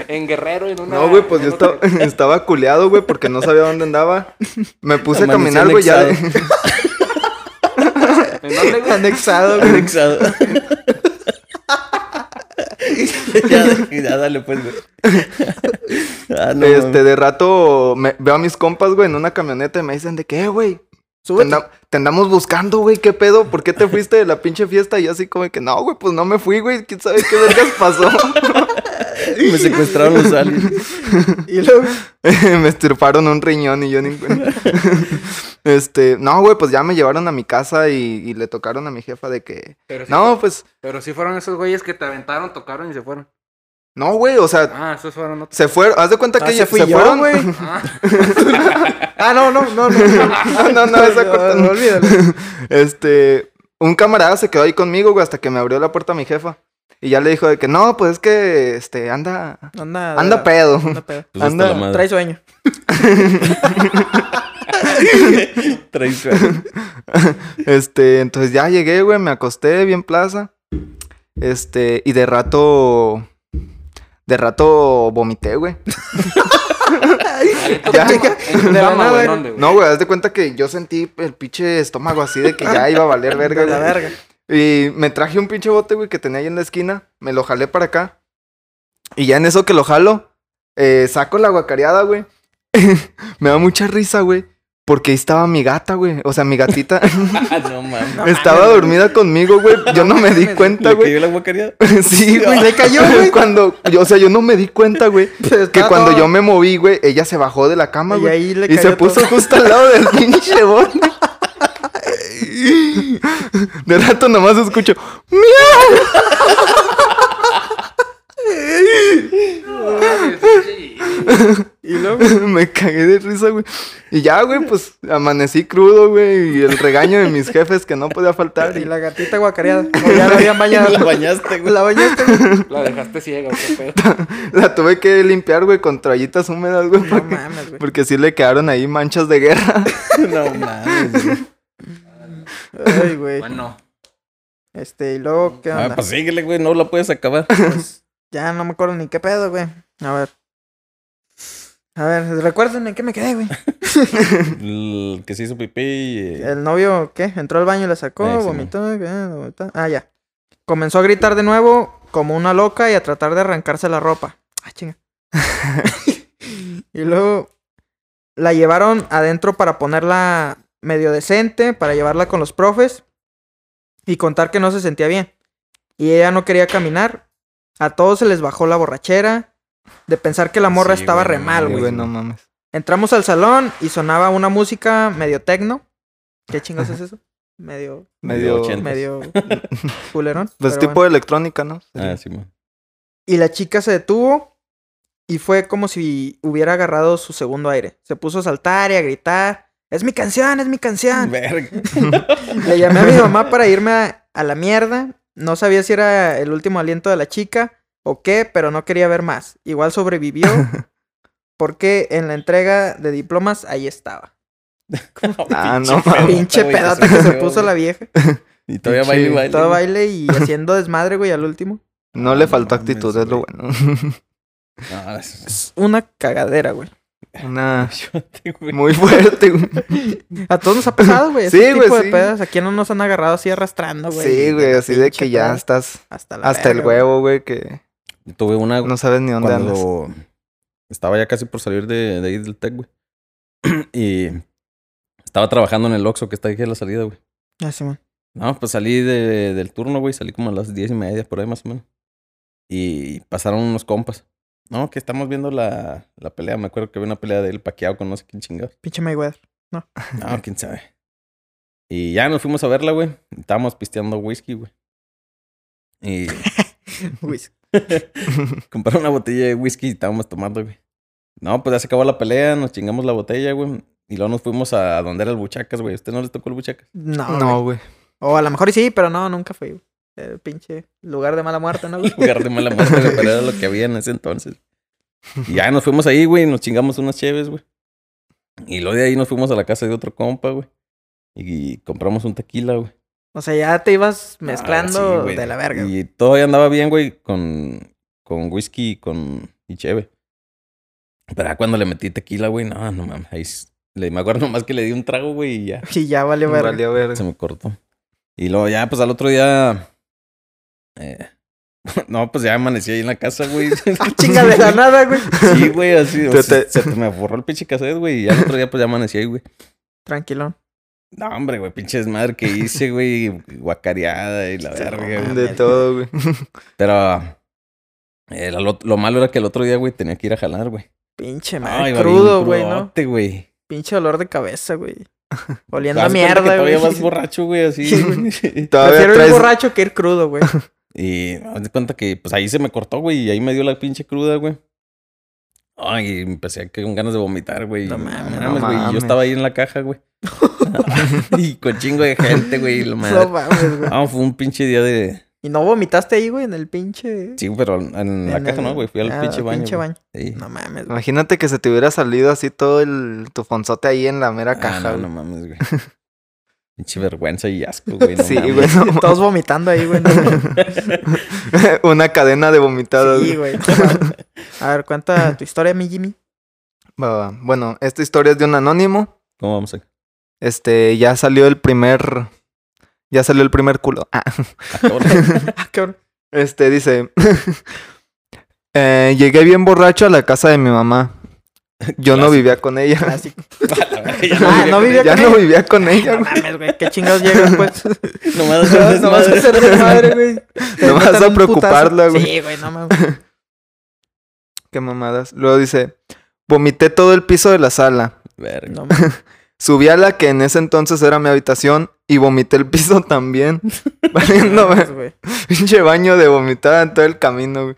[SPEAKER 4] En Guerrero, en una.
[SPEAKER 1] No, güey, pues
[SPEAKER 4] en
[SPEAKER 1] yo
[SPEAKER 4] otro-
[SPEAKER 1] [LAUGHS] estaba, estaba culeado, güey, porque no sabía dónde andaba. Me puse a
[SPEAKER 2] Amanecí
[SPEAKER 1] caminar, güey, ya.
[SPEAKER 2] anexado.
[SPEAKER 1] de- [LAUGHS]
[SPEAKER 4] ¿En dónde, güey?
[SPEAKER 3] Anexado, güey.
[SPEAKER 2] Anexado. ya, ya dale, pues, güey. Ah, no,
[SPEAKER 1] este,
[SPEAKER 2] mames.
[SPEAKER 1] de rato me- veo a mis compas, güey, en una camioneta y me dicen de qué, güey. Te,
[SPEAKER 3] Súbete.
[SPEAKER 1] anda- te andamos buscando, güey, qué pedo, ¿por qué te fuiste de la pinche fiesta? Y yo así como que, no, güey, pues no me fui, güey, quién sabe qué vergas [LAUGHS] pasó.
[SPEAKER 2] Me secuestraron los aliens.
[SPEAKER 3] Y luego,
[SPEAKER 1] [LAUGHS] me estirparon un riñón y yo ni en cuenta. [LAUGHS] este, no, güey, pues ya me llevaron a mi casa y, y le tocaron a mi jefa de que,
[SPEAKER 4] Pero
[SPEAKER 1] [LAUGHS]
[SPEAKER 4] sí,
[SPEAKER 1] no, pues,
[SPEAKER 4] pero sí fueron esos güeyes que te aventaron, tocaron y se fueron.
[SPEAKER 1] no, güey, o sea,
[SPEAKER 4] Ah, esos
[SPEAKER 1] [LAUGHS]
[SPEAKER 4] fueron otros.
[SPEAKER 1] se fueron, haz de cuenta
[SPEAKER 3] Ah,
[SPEAKER 1] que
[SPEAKER 3] sí
[SPEAKER 1] ya-
[SPEAKER 3] fui
[SPEAKER 1] se
[SPEAKER 3] yo,
[SPEAKER 1] fueron,
[SPEAKER 3] güey.
[SPEAKER 4] Ah,
[SPEAKER 3] Ah, no, no, no, no.
[SPEAKER 1] [LAUGHS]
[SPEAKER 3] No,
[SPEAKER 1] no, no, no,
[SPEAKER 3] [LAUGHS]
[SPEAKER 1] esa corta
[SPEAKER 3] no,
[SPEAKER 1] no.
[SPEAKER 3] olvídalo.
[SPEAKER 1] Este, un camarada se quedó ahí conmigo, güey, hasta que me abrió la puerta mi jefa. Y ya le dijo de que, no, pues es que, este, anda,
[SPEAKER 3] Anda,
[SPEAKER 1] anda pedo. [LAUGHS]
[SPEAKER 3] Ah, Anda pedo.
[SPEAKER 2] Pues hasta
[SPEAKER 1] Anda,
[SPEAKER 2] la madre. [LAUGHS]
[SPEAKER 3] Trae sueño.
[SPEAKER 2] Trae sueño.
[SPEAKER 1] Este, entonces ya llegué, güey, me acosté bien plaza. Este, y de rato. De rato vomité,
[SPEAKER 3] [LAUGHS]
[SPEAKER 1] güey.
[SPEAKER 4] ahí
[SPEAKER 1] Ya.
[SPEAKER 4] tocaron en tu
[SPEAKER 3] De la
[SPEAKER 4] cama,
[SPEAKER 3] nada,
[SPEAKER 4] güey,
[SPEAKER 3] güey.
[SPEAKER 4] ¿dónde, güey?
[SPEAKER 1] No, güey, haz de cuenta que yo sentí el pinche estómago así de que ya iba a valer verga,
[SPEAKER 3] [LAUGHS] De la
[SPEAKER 1] güey. [LAUGHS]
[SPEAKER 3] verga.
[SPEAKER 1] Y me traje un pinche bote, güey, que tenía ahí en la esquina. Me lo jalé para acá. Y ya en eso que lo jalo, eh, saco la guacareada, güey. [LAUGHS] me da mucha risa, güey. Porque ahí estaba mi gata, güey. O sea, mi
[SPEAKER 3] [LAUGHS]
[SPEAKER 1] gatita
[SPEAKER 2] Ah, no mames.
[SPEAKER 1] [LAUGHS] estaba dormida conmigo, güey. Yo no me
[SPEAKER 3] [LAUGHS]
[SPEAKER 1] di
[SPEAKER 3] mames.
[SPEAKER 1] cuenta,
[SPEAKER 2] ¿Le
[SPEAKER 1] güey.
[SPEAKER 2] cayó la guacaría?
[SPEAKER 1] [LAUGHS]
[SPEAKER 3] [LAUGHS]
[SPEAKER 1] Sí, güey.
[SPEAKER 3] Se cayó, güey.
[SPEAKER 1] Cuando, yo, o sea, yo no me di cuenta, güey. Que
[SPEAKER 3] Estaba
[SPEAKER 1] cuando
[SPEAKER 3] todo-
[SPEAKER 1] yo me moví, güey, ella se bajó de la cama,
[SPEAKER 3] Este Y
[SPEAKER 1] güey.
[SPEAKER 3] ahí le
[SPEAKER 1] Y, se
[SPEAKER 3] cayó
[SPEAKER 1] puso
[SPEAKER 3] todo.
[SPEAKER 1] justo al lado del pinche
[SPEAKER 3] [LAUGHS]
[SPEAKER 1] bote. [LAUGHS] De rato nomás escucho, ¡miau!
[SPEAKER 3] Y luego,
[SPEAKER 1] [LAUGHS] Me cagué de risa, güey. Y ya, güey, pues amanecí crudo, güey. Y el regaño de mis jefes que no podía [LAUGHS] faltar.
[SPEAKER 3] y
[SPEAKER 1] Y
[SPEAKER 3] la
[SPEAKER 1] [LAUGHS]
[SPEAKER 3] gatita guacareada. O ya la habían bañado.
[SPEAKER 2] La
[SPEAKER 1] este
[SPEAKER 2] bañaste, güey.
[SPEAKER 3] La bañaste, güey.
[SPEAKER 4] La dejaste ciega, qué
[SPEAKER 1] [LAUGHS]
[SPEAKER 4] pedo.
[SPEAKER 1] la tuve que limpiar, güey, con toallitas húmedas, güey.
[SPEAKER 3] No
[SPEAKER 1] porque-
[SPEAKER 3] mames, güey.
[SPEAKER 1] porque sí le quedaron ahí manchas de
[SPEAKER 2] [LAUGHS]
[SPEAKER 1] guerra.
[SPEAKER 2] No mames. güey.
[SPEAKER 3] Ay, güey.
[SPEAKER 4] Bueno,
[SPEAKER 3] Este, y luego, ¿qué
[SPEAKER 2] Ah,
[SPEAKER 3] onda?
[SPEAKER 2] pues síguele, güey. No la puedes acabar.
[SPEAKER 3] Ya no me acuerdo ni qué pedo, güey. A ver. A ver, recuérdenme en qué me quedé, güey.
[SPEAKER 2] El que se hizo pipí. eh,
[SPEAKER 3] El novio, ¿qué? Entró al baño y la sacó,
[SPEAKER 2] Eh, Simón.
[SPEAKER 3] vomitó, ¿qué? vomitó. Ah, ya. Comenzó a gritar de nuevo como una loca y a tratar de arrancarse la ropa. Ah,
[SPEAKER 2] [LAUGHS]
[SPEAKER 3] chinga. y luego la llevaron adentro para ponerla medio decente, para llevarla con los profes y contar que no se sentía bien. Y ella no quería caminar. A todos se les bajó la borrachera de pensar que la morra
[SPEAKER 2] Sí,
[SPEAKER 3] estaba
[SPEAKER 2] güey,
[SPEAKER 3] re
[SPEAKER 2] no
[SPEAKER 3] mal,
[SPEAKER 2] mames,
[SPEAKER 1] güey,
[SPEAKER 3] güey.
[SPEAKER 1] no mames.
[SPEAKER 3] Entramos al salón y sonaba una música medio tecno. ¿Qué chingos es eso? Medio,
[SPEAKER 1] Medio. [LAUGHS]
[SPEAKER 2] ochenta.
[SPEAKER 3] medio culerón.
[SPEAKER 1] Pues
[SPEAKER 3] pero
[SPEAKER 1] tipo
[SPEAKER 3] bueno.
[SPEAKER 1] electrónica, ¿no?
[SPEAKER 2] Ah, sí, man.
[SPEAKER 3] Y la chica se detuvo y fue como si hubiera agarrado su segundo aire. Se puso a saltar y a gritar. Es mi canción, es
[SPEAKER 1] [LAUGHS]
[SPEAKER 3] mi canción.
[SPEAKER 2] Verga.
[SPEAKER 3] Le llamé a mi mamá para irme a, a la mierda. No sabía si era el último aliento de la chica o qué, pero no quería ver más.
[SPEAKER 1] [LAUGHS]
[SPEAKER 3] Igual sobrevivió porque en la entrega de diplomas ahí estaba.
[SPEAKER 1] Ah, no
[SPEAKER 2] Pinche
[SPEAKER 1] mames.
[SPEAKER 3] Pinche
[SPEAKER 2] güey,
[SPEAKER 3] pedota que se
[SPEAKER 2] subió,
[SPEAKER 3] puso la
[SPEAKER 2] güey.
[SPEAKER 3] vieja.
[SPEAKER 2] Y todavía
[SPEAKER 1] Pinche-
[SPEAKER 2] baile y baile.
[SPEAKER 3] Todo
[SPEAKER 2] güey.
[SPEAKER 3] baile
[SPEAKER 1] [LAUGHS]
[SPEAKER 3] y haciendo desmadre, güey, al último.
[SPEAKER 1] No
[SPEAKER 2] Ah,
[SPEAKER 1] le
[SPEAKER 2] no
[SPEAKER 1] faltó
[SPEAKER 2] mames,
[SPEAKER 1] actitud, es lo
[SPEAKER 2] güey.
[SPEAKER 1] bueno. [LAUGHS]
[SPEAKER 2] No, es-
[SPEAKER 3] Es una cagadera, güey.
[SPEAKER 2] [LAUGHS]
[SPEAKER 1] Una
[SPEAKER 2] Espérate, güey.
[SPEAKER 1] muy fuerte, güey.
[SPEAKER 3] A todos nos ha
[SPEAKER 1] [LAUGHS]
[SPEAKER 3] pasado, güey.
[SPEAKER 1] Sí,
[SPEAKER 3] Ese tipo
[SPEAKER 1] güey,
[SPEAKER 3] de
[SPEAKER 1] sí.
[SPEAKER 3] pedos. ¿A quién no nos han agarrado así arrastrando, güey?
[SPEAKER 1] Sí, güey, así de que ya
[SPEAKER 3] hasta,
[SPEAKER 1] estás
[SPEAKER 3] hasta, la
[SPEAKER 1] hasta el
[SPEAKER 3] verga, güey.
[SPEAKER 1] huevo, güey, que
[SPEAKER 2] Tuve una
[SPEAKER 1] no sabes ni dónde andas.
[SPEAKER 2] cuando estaba ya casi por salir de, de ahí del tech, güey. [CLEARS THROAT] y estaba trabajando en el Oxxo que está aquí a la salida, güey.
[SPEAKER 3] Ah, sí, man.
[SPEAKER 2] No, pues salí de- del turno, güey. Salí como a las diez y media, por ahí más o menos. Y pasaron unos compas. No, que estamos viendo la, la pelea. Me acuerdo que había una pelea de él paqueado con no sé quién chingados.
[SPEAKER 3] Pinche Mayweather.
[SPEAKER 2] No, quién sabe. Y ya nos fuimos a verla, güey. Estábamos pisteando whisky, güey. Y [LAUGHS]
[SPEAKER 3] Uy,
[SPEAKER 2] compré una botella de whisky y estábamos tomando, güey. No, pues ya se acabó la pelea, nos chingamos la botella, güey. Y luego nos fuimos a donde era el Buchacas, güey. ¿A ¿Usted no les tocó el Buchacas?
[SPEAKER 3] No,
[SPEAKER 1] No,
[SPEAKER 3] güey.
[SPEAKER 1] güey.
[SPEAKER 3] O a lo mejor y sí, pero no, nunca fui, güey. Eh, pinche lugar de mala muerte,
[SPEAKER 1] [LAUGHS]
[SPEAKER 3] ¿no, güey?
[SPEAKER 2] Lugar de mala muerte, güey, pero era lo que había en ese entonces. Y ya nos fuimos ahí, güey, y nos chingamos unas cheves, güey. Y luego de ahí nos fuimos a la casa de otro compa, güey. Y compramos un tequila, güey.
[SPEAKER 3] O sea, ya te ibas
[SPEAKER 2] Ah,
[SPEAKER 3] mezclando
[SPEAKER 2] sí, güey.
[SPEAKER 3] de la verga. güey. [LAUGHS]
[SPEAKER 2] Y todavía andaba bien, güey, con, con whisky y con y cheve. Pero ya cuando le metí tequila, güey, no, no mames. ahí s- le, me acuerdo [LAUGHS] nomás que le di un trago, güey, y ya.
[SPEAKER 3] Y ya valió verga.
[SPEAKER 1] Valió verga.
[SPEAKER 2] Se me cortó. Y luego ya, pues al otro día. eh, [LAUGHS] No, pues ya amanecí ahí en la casa, güey.
[SPEAKER 3] [LAUGHS]
[SPEAKER 2] [LAUGHS]
[SPEAKER 3] Ah, chinga
[SPEAKER 1] [LAUGHS]
[SPEAKER 3] de la nada, güey.
[SPEAKER 2] Sí, güey, así. o
[SPEAKER 1] Te-
[SPEAKER 2] sea,
[SPEAKER 1] te-
[SPEAKER 2] Se, te me borró el pinche cassette, güey. Y ya el otro día, pues ya amanecí ahí, güey.
[SPEAKER 3] Tranquilón.
[SPEAKER 2] No, hombre, güey, pinche desmadre que hice, güey. Guacareada y la verga, güey.
[SPEAKER 1] De todo, güey.
[SPEAKER 2] Pero eh, lo, lo malo era que el otro día, güey, tenía que ir a jalar, güey.
[SPEAKER 3] Pinche
[SPEAKER 2] Ay,
[SPEAKER 3] madre.
[SPEAKER 2] va bien
[SPEAKER 3] crudo, güey, ¿no?
[SPEAKER 2] crudote, güey.
[SPEAKER 3] Pinche dolor de cabeza, güey.
[SPEAKER 2] [LAUGHS]
[SPEAKER 3] Oliendo a
[SPEAKER 2] Haz cuenta que
[SPEAKER 3] mierda, güey.
[SPEAKER 2] Todavía vas
[SPEAKER 3] [LAUGHS]
[SPEAKER 2] borracho, güey, así.
[SPEAKER 3] Sí,
[SPEAKER 2] güey.
[SPEAKER 1] Todavía
[SPEAKER 3] Prefiero
[SPEAKER 1] traes-
[SPEAKER 3] ir borracho que ir crudo, güey.
[SPEAKER 2] y haz de cuenta que, pues ahí se me cortó, güey, y ahí me dio la pinche cruda, güey. Ay, empecé a que- con ganas de vomitar, güey.
[SPEAKER 3] No
[SPEAKER 2] Y,
[SPEAKER 3] mames,
[SPEAKER 1] no
[SPEAKER 2] güey. y Yo
[SPEAKER 1] mames.
[SPEAKER 2] estaba ahí en la caja,
[SPEAKER 3] [LAUGHS]
[SPEAKER 2] güey. y con chingo de gente, güey. y la madre.
[SPEAKER 3] No
[SPEAKER 2] [LAUGHS]
[SPEAKER 3] mames, güey.
[SPEAKER 2] Ah, fue un pinche día de.
[SPEAKER 3] Y no vomitaste ahí, güey, en el pinche.
[SPEAKER 2] Sí, pero en en la
[SPEAKER 3] en
[SPEAKER 2] caja
[SPEAKER 3] el-
[SPEAKER 2] no, güey. Fui al
[SPEAKER 3] ah,
[SPEAKER 2] pinche baño.
[SPEAKER 3] pinche
[SPEAKER 2] güey.
[SPEAKER 3] baño.
[SPEAKER 2] Sí.
[SPEAKER 3] No mames, güey.
[SPEAKER 1] Imagínate que se te hubiera salido así todo el tu fonzote ahí en la mera
[SPEAKER 2] Ah,
[SPEAKER 1] caja,
[SPEAKER 2] no,
[SPEAKER 1] güey.
[SPEAKER 2] no mames,
[SPEAKER 3] [LAUGHS]
[SPEAKER 2] güey. pinche vergüenza y asco, güey. No
[SPEAKER 1] sí,
[SPEAKER 2] mames.
[SPEAKER 1] güey. no
[SPEAKER 3] [LAUGHS] Todos vomitando
[SPEAKER 2] [LAUGHS]
[SPEAKER 3] ahí, güey. no mames.
[SPEAKER 1] mames. [LAUGHS] Una cadena de vomitadas.
[SPEAKER 3] Sí,
[SPEAKER 1] güey.
[SPEAKER 2] [LAUGHS]
[SPEAKER 3] güey. A ver, cuenta tu historia, mi Jimmy.
[SPEAKER 1] Va, va. Bueno, esta historia es de un anónimo.
[SPEAKER 2] ¿Cómo vamos a.?
[SPEAKER 1] Este, ya salió el primer. Ya salió el primer culo. Ah, [LAUGHS]
[SPEAKER 2] Ah,
[SPEAKER 3] [LAUGHS]
[SPEAKER 2] cabrón.
[SPEAKER 3] Ah, cabrón.
[SPEAKER 1] este dice. [LAUGHS] eh, llegué bien borracho a la casa de mi mamá. Yo no
[SPEAKER 2] Clásico.
[SPEAKER 1] vivía con [LAUGHS] ella.
[SPEAKER 2] [LAUGHS]
[SPEAKER 3] Clásico.
[SPEAKER 2] Ya
[SPEAKER 3] Ah, no vivía
[SPEAKER 1] ya
[SPEAKER 3] con
[SPEAKER 1] no
[SPEAKER 3] ella.
[SPEAKER 1] vivía con
[SPEAKER 3] [LAUGHS]
[SPEAKER 1] ella,
[SPEAKER 3] No
[SPEAKER 1] güey.
[SPEAKER 3] mames, güey. ¿Qué chingados
[SPEAKER 2] [LAUGHS]
[SPEAKER 3] llega, pues?
[SPEAKER 2] Nomás hacer
[SPEAKER 3] No, no vas a
[SPEAKER 2] desmadre.
[SPEAKER 3] hacer
[SPEAKER 2] [LAUGHS]
[SPEAKER 3] desmadre, güey. Te
[SPEAKER 1] No vas a
[SPEAKER 3] meten un
[SPEAKER 1] preocuparla,
[SPEAKER 3] putazo.
[SPEAKER 1] güey.
[SPEAKER 3] Sí, güey, no mames.
[SPEAKER 1] Qué mamadas. Luego dice. Vomité todo el piso de la sala.
[SPEAKER 2] Verga. [LAUGHS]
[SPEAKER 3] No mames.
[SPEAKER 1] Subí a la que en ese entonces era mi habitación y vomité el [LAUGHS] piso también.
[SPEAKER 3] No
[SPEAKER 1] Valiéndome
[SPEAKER 3] [LAUGHS] mames, güey.
[SPEAKER 1] Pinche baño de vomitada en todo el camino, güey.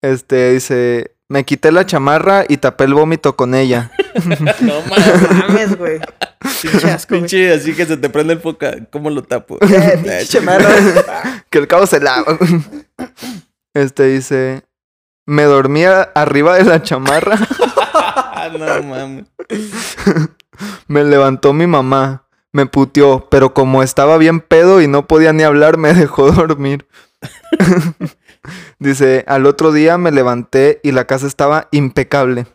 [SPEAKER 1] Este, dice, me quité la chamarra y tapé el vómito con ella.
[SPEAKER 2] No mames.
[SPEAKER 3] No
[SPEAKER 2] [LAUGHS]
[SPEAKER 3] mames, güey. Pinche asco, güey.
[SPEAKER 2] Pinche, así que se te prende el foca. ¿Cómo lo [LAUGHS] tapo?
[SPEAKER 3] [LAUGHS] Eh, pinche malo.
[SPEAKER 1] [LAUGHS] que el cabo se lava. güey. [LAUGHS] Este, dice, me dormía arriba de la chamarra.
[SPEAKER 2] Ah, no mames.
[SPEAKER 1] Me levantó mi mamá. Me puteó, pero como estaba bien pedo y no podía ni hablar, me [LAUGHS] dejó dormir. Dice, al otro día me levanté y la casa estaba impecable.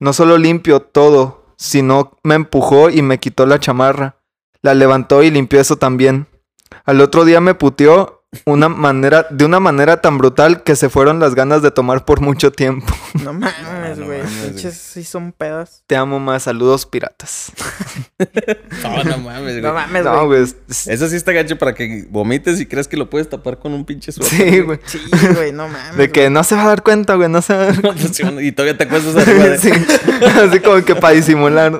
[SPEAKER 1] No solo limpió todo, sino me empujó y me quitó la chamarra. La levantó y limpió eso también. Al otro día me puteó una manera, de una manera tan brutal que se fueron las ganas de tomar por mucho tiempo.
[SPEAKER 2] [LAUGHS]
[SPEAKER 3] No
[SPEAKER 2] Ah,
[SPEAKER 3] mames,
[SPEAKER 2] no
[SPEAKER 3] güey.
[SPEAKER 2] mames, güey.
[SPEAKER 3] Pinches sí son pedos.
[SPEAKER 1] Te amo más, saludos piratas.
[SPEAKER 2] No, no mames,
[SPEAKER 3] [LAUGHS] No
[SPEAKER 2] güey.
[SPEAKER 3] mames,
[SPEAKER 1] No,
[SPEAKER 3] güey.
[SPEAKER 1] güey, es- es-
[SPEAKER 2] Eso sí está gacho para que vomites y creas que lo puedes tapar con un pinche suéter.
[SPEAKER 1] sí, güey.
[SPEAKER 3] Sí, güey, no mames.
[SPEAKER 1] De que no se va a dar cuenta, güey, no se va a dar
[SPEAKER 2] [LAUGHS] No, pues, [LAUGHS] sí, y todavía te acuestas arriba
[SPEAKER 1] cuenta. [LAUGHS]
[SPEAKER 2] de...
[SPEAKER 1] Sí, Así como que para
[SPEAKER 3] [LAUGHS]
[SPEAKER 1] disimular.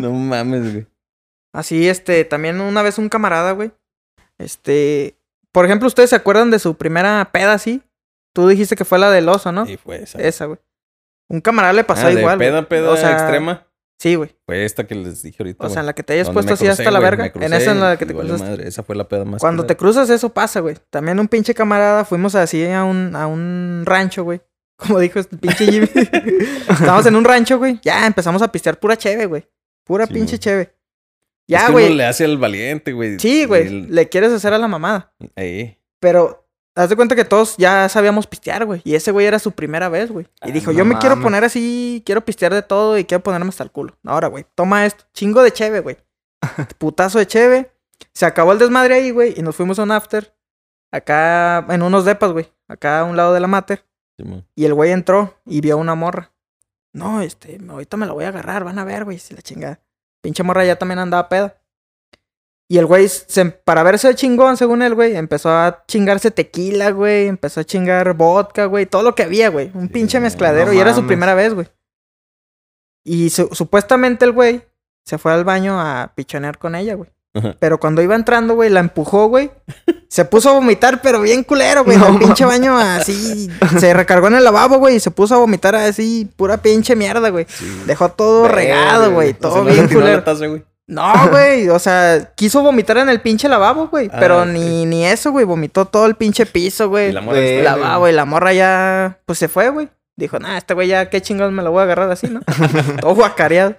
[SPEAKER 2] No mames, güey.
[SPEAKER 3] Así, este, también una vez un camarada, güey. Este, por ejemplo, ¿ustedes se acuerdan de su primera peda así? Tú dijiste que fue la del oso, ¿no?
[SPEAKER 2] Y fue esa.
[SPEAKER 3] Esa, güey. Un camarada le pasó
[SPEAKER 2] Ah, de
[SPEAKER 3] igual. güey.
[SPEAKER 2] peda, peda
[SPEAKER 3] O sea,
[SPEAKER 2] extrema.
[SPEAKER 3] Sí, güey.
[SPEAKER 2] Fue esta que les dije ahorita,
[SPEAKER 3] O sea, en
[SPEAKER 2] güey.
[SPEAKER 3] la que te hayas
[SPEAKER 2] Donde
[SPEAKER 3] puesto
[SPEAKER 2] me
[SPEAKER 3] así
[SPEAKER 2] crucé,
[SPEAKER 3] hasta la
[SPEAKER 2] güey,
[SPEAKER 3] verga.
[SPEAKER 2] me
[SPEAKER 3] en
[SPEAKER 2] crucé
[SPEAKER 3] esa en la
[SPEAKER 2] y
[SPEAKER 3] que te
[SPEAKER 2] valió
[SPEAKER 3] cruzaste.
[SPEAKER 2] madre, Esa fue la peda más
[SPEAKER 3] Cuando te
[SPEAKER 2] culera.
[SPEAKER 3] cruzas, eso pasa, güey. También un pinche camarada, fuimos así a un, a un rancho, güey. [LAUGHS] Como dijo este pinche
[SPEAKER 2] [LAUGHS]
[SPEAKER 3] Jimmy. Estábamos en un rancho, güey. Ya empezamos a pistear pura cheve, güey. Pura
[SPEAKER 2] Sí,
[SPEAKER 3] pinche
[SPEAKER 2] güey.
[SPEAKER 3] cheve.
[SPEAKER 2] Es
[SPEAKER 3] Ya,
[SPEAKER 2] que uno
[SPEAKER 3] güey.
[SPEAKER 2] le hace al valiente, güey.
[SPEAKER 3] Sí, güey.
[SPEAKER 2] El-
[SPEAKER 3] Le quieres hacer a la mamada.
[SPEAKER 2] Ahí.
[SPEAKER 3] Pero haz de cuenta que todos ya sabíamos pistear, güey. Y ese güey era su primera vez, güey. Y
[SPEAKER 2] Ah,
[SPEAKER 3] dijo,
[SPEAKER 1] no
[SPEAKER 3] yo me quiero
[SPEAKER 1] mames.
[SPEAKER 3] poner así, quiero pistear de todo y quiero ponerme hasta el culo. Ahora, güey, toma esto. Chingo de
[SPEAKER 1] [LAUGHS]
[SPEAKER 3] cheve, güey. Putazo de cheve. Se acabó el desmadre ahí, güey. Y nos fuimos a un after. Acá, en unos depas, güey. Acá a un lado de la mater.
[SPEAKER 2] Simón.
[SPEAKER 3] Y el güey entró y vio una morra. No, este, ahorita me la voy a agarrar, van a ver, güey, si la chingada. Pinche morra ya también andaba peda. Y el güey, se- para verse de chingón, según él, güey, empezó a chingarse tequila, güey, empezó a chingar vodka, güey, todo lo que había, güey.
[SPEAKER 2] Sí,
[SPEAKER 3] Un pinche
[SPEAKER 2] no
[SPEAKER 3] mezcladero y era su
[SPEAKER 1] mames.
[SPEAKER 3] primera vez, güey. Y su- supuestamente el güey se fue al baño a pichonear con ella, güey.
[SPEAKER 2] Ajá.
[SPEAKER 3] Pero cuando iba entrando, güey, la empujó, güey. Se puso a vomitar, pero bien culero, güey. en
[SPEAKER 1] No
[SPEAKER 3] el pinche baño así. Se recargó en el lavabo, güey. Y se puso a vomitar así, pura pinche mierda, güey. Dejó todo
[SPEAKER 1] Verga,
[SPEAKER 3] regado, güey.
[SPEAKER 1] güey.
[SPEAKER 3] Todo
[SPEAKER 2] O sea, no
[SPEAKER 3] bien
[SPEAKER 2] le tiró la
[SPEAKER 3] culero.
[SPEAKER 2] taza, güey.
[SPEAKER 3] No, güey. O sea, quiso vomitar en el pinche lavabo, güey.
[SPEAKER 2] Ah,
[SPEAKER 3] pero
[SPEAKER 2] ok.
[SPEAKER 3] ni, ni eso, güey. Vomitó todo el pinche piso, güey.
[SPEAKER 2] Y la morra
[SPEAKER 1] Güey,
[SPEAKER 2] está-
[SPEAKER 1] la-
[SPEAKER 2] [LAUGHS]
[SPEAKER 3] Lavabo y la morra ya, pues se fue, güey. Dijo, nah, este güey ya, qué chingados me lo voy a agarrar
[SPEAKER 2] [LAUGHS]
[SPEAKER 3] así, ¿no? todo guacareado.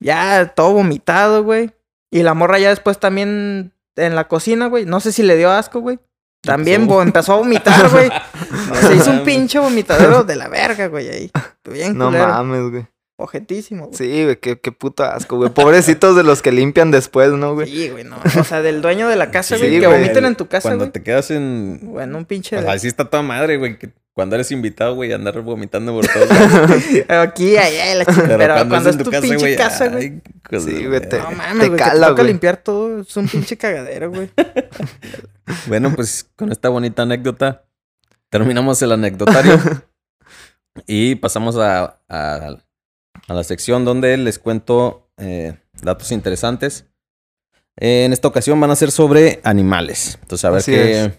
[SPEAKER 3] Ya, todo vomitado, güey. Y la morra ya después también en la cocina, güey. No sé si le dio asco, güey. También
[SPEAKER 2] Empezó.
[SPEAKER 3] vo- empezó a vomitar, güey.
[SPEAKER 2] [LAUGHS] No
[SPEAKER 3] Se hizo un
[SPEAKER 2] mames.
[SPEAKER 3] pinche vomitadero de la verga, güey, ahí. Bien
[SPEAKER 1] No
[SPEAKER 3] culero.
[SPEAKER 1] mames, güey.
[SPEAKER 3] Ojetísimo, güey.
[SPEAKER 1] Sí, güey, qué, qué puto asco, güey. Pobrecitos de los que limpian después, ¿no, güey?
[SPEAKER 3] Sí, güey, no. O sea, del dueño de la casa,
[SPEAKER 1] Sí,
[SPEAKER 3] güey, que
[SPEAKER 1] güey.
[SPEAKER 3] vomiten en tu casa,
[SPEAKER 2] Cuando
[SPEAKER 3] güey.
[SPEAKER 2] te Pues quedas en.
[SPEAKER 3] Bueno, un pinche.
[SPEAKER 2] O
[SPEAKER 3] de-
[SPEAKER 2] sea, así está toda madre, güey. que Cuando eres invitado, güey, andar vomitando por
[SPEAKER 3] [LAUGHS]
[SPEAKER 2] todos lados.
[SPEAKER 3] Aquí, allá, la chingada.
[SPEAKER 2] Pero,
[SPEAKER 3] Pero
[SPEAKER 2] cuando, es en tu, casa,
[SPEAKER 3] pinche
[SPEAKER 2] güey.
[SPEAKER 3] casa, güey.
[SPEAKER 2] ay, cosa
[SPEAKER 1] Sí,
[SPEAKER 2] de
[SPEAKER 1] güey,
[SPEAKER 2] madre.
[SPEAKER 1] [LAUGHS] te-
[SPEAKER 3] No mames, güey. que
[SPEAKER 1] cala,
[SPEAKER 3] Te toca
[SPEAKER 1] güey.
[SPEAKER 3] limpiar todo. Es un pinche
[SPEAKER 1] [LAUGHS]
[SPEAKER 3] cagadero, güey.
[SPEAKER 2] Bueno, pues con esta bonita anécdota terminamos el anecdotario
[SPEAKER 3] [LAUGHS]
[SPEAKER 2] y pasamos a, a- a la sección donde les cuento eh, datos interesantes. en esta ocasión van a ser sobre animales. Entonces, a ver,
[SPEAKER 1] Así
[SPEAKER 2] qué,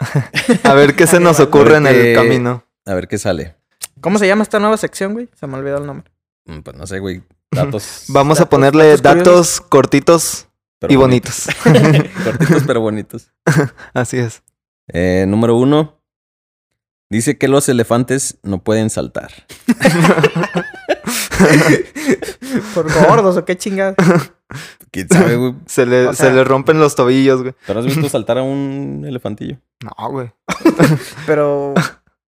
[SPEAKER 1] A ver qué se nos ocurre en el
[SPEAKER 2] Porque-
[SPEAKER 1] camino.
[SPEAKER 2] a ver qué sale.
[SPEAKER 3] ¿Cómo se llama esta nueva sección, güey? Se me olvidó el nombre.
[SPEAKER 2] Mm, Pues no
[SPEAKER 1] [LAUGHS]
[SPEAKER 2] sé, güey. Datos.
[SPEAKER 1] Vamos a
[SPEAKER 3] datos-
[SPEAKER 1] ponerle
[SPEAKER 3] datos
[SPEAKER 1] datos,
[SPEAKER 3] curiosos.
[SPEAKER 1] cortitos
[SPEAKER 2] pero
[SPEAKER 1] y bonitos. [LAUGHS]
[SPEAKER 2] bonitos. [LAUGHS] Cortitos, pero bonitos.
[SPEAKER 1] Así
[SPEAKER 2] [LAUGHS]
[SPEAKER 1] es.
[SPEAKER 2] Eh, número uno. Dice que los elefantes no pueden saltar.
[SPEAKER 3] Por gordos o qué chingada.
[SPEAKER 2] ¿Quién sabe, güey?
[SPEAKER 1] Se le,
[SPEAKER 3] O
[SPEAKER 1] se
[SPEAKER 3] sea-
[SPEAKER 1] le rompen los tobillos, güey.
[SPEAKER 2] ¿Pero has visto saltar a un elefantillo?
[SPEAKER 1] No, güey. [LAUGHS]
[SPEAKER 3] Pero.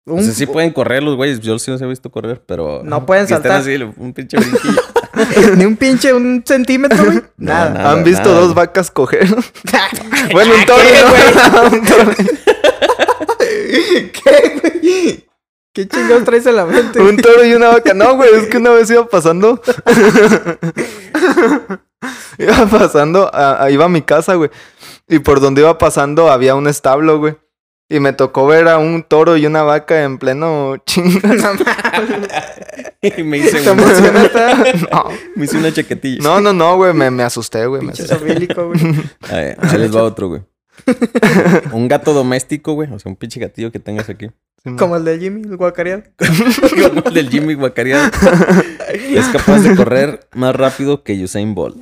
[SPEAKER 3] Un...
[SPEAKER 2] O sea, sí pueden correr los güeyes. Yo sí los he visto correr, pero...
[SPEAKER 3] No pueden
[SPEAKER 2] que estén
[SPEAKER 3] saltar.
[SPEAKER 2] así, lo- un pinche
[SPEAKER 1] [LAUGHS]
[SPEAKER 2] brinquillo. [LAUGHS]
[SPEAKER 3] [LAUGHS] Ni un pinche, un centímetro, güey.
[SPEAKER 2] No,
[SPEAKER 3] Nada.
[SPEAKER 2] nada,
[SPEAKER 1] ¿Han visto
[SPEAKER 2] nada.
[SPEAKER 1] dos vacas coger? [LAUGHS] bueno,
[SPEAKER 2] [LAUGHS]
[SPEAKER 1] un toro, ¿no? [LAUGHS] Un toro-
[SPEAKER 3] [LAUGHS] ¿Qué, güey? ¿Qué chingados traes en la
[SPEAKER 1] [LAUGHS]
[SPEAKER 3] mente? [LAUGHS]
[SPEAKER 1] un toro y una vaca. No, güey, es que una vez iba pasando. [LAUGHS] iba pasando, a- a- iba a mi casa, güey. Y por donde iba pasando había un establo, güey. Y me tocó ver a un toro y una vaca en pleno [LAUGHS] chinga.
[SPEAKER 2] y me hice,
[SPEAKER 3] Te
[SPEAKER 2] un-
[SPEAKER 3] emociona
[SPEAKER 1] No.
[SPEAKER 2] me hice una chaquetilla.
[SPEAKER 1] No, no, no, güey, me, me asusté, güey. me
[SPEAKER 3] pinche
[SPEAKER 1] asusté.
[SPEAKER 3] sofílico, güey.
[SPEAKER 2] A ver, ahí les va otro,
[SPEAKER 1] [LAUGHS]
[SPEAKER 2] güey. un gato doméstico, güey. O sea, un pinche gatillo que tengas aquí.
[SPEAKER 3] Como el de Jimmy, el guacareado.
[SPEAKER 2] [LAUGHS] Como el del Jimmy Guacaría. es capaz de correr más rápido que Usain Bolt.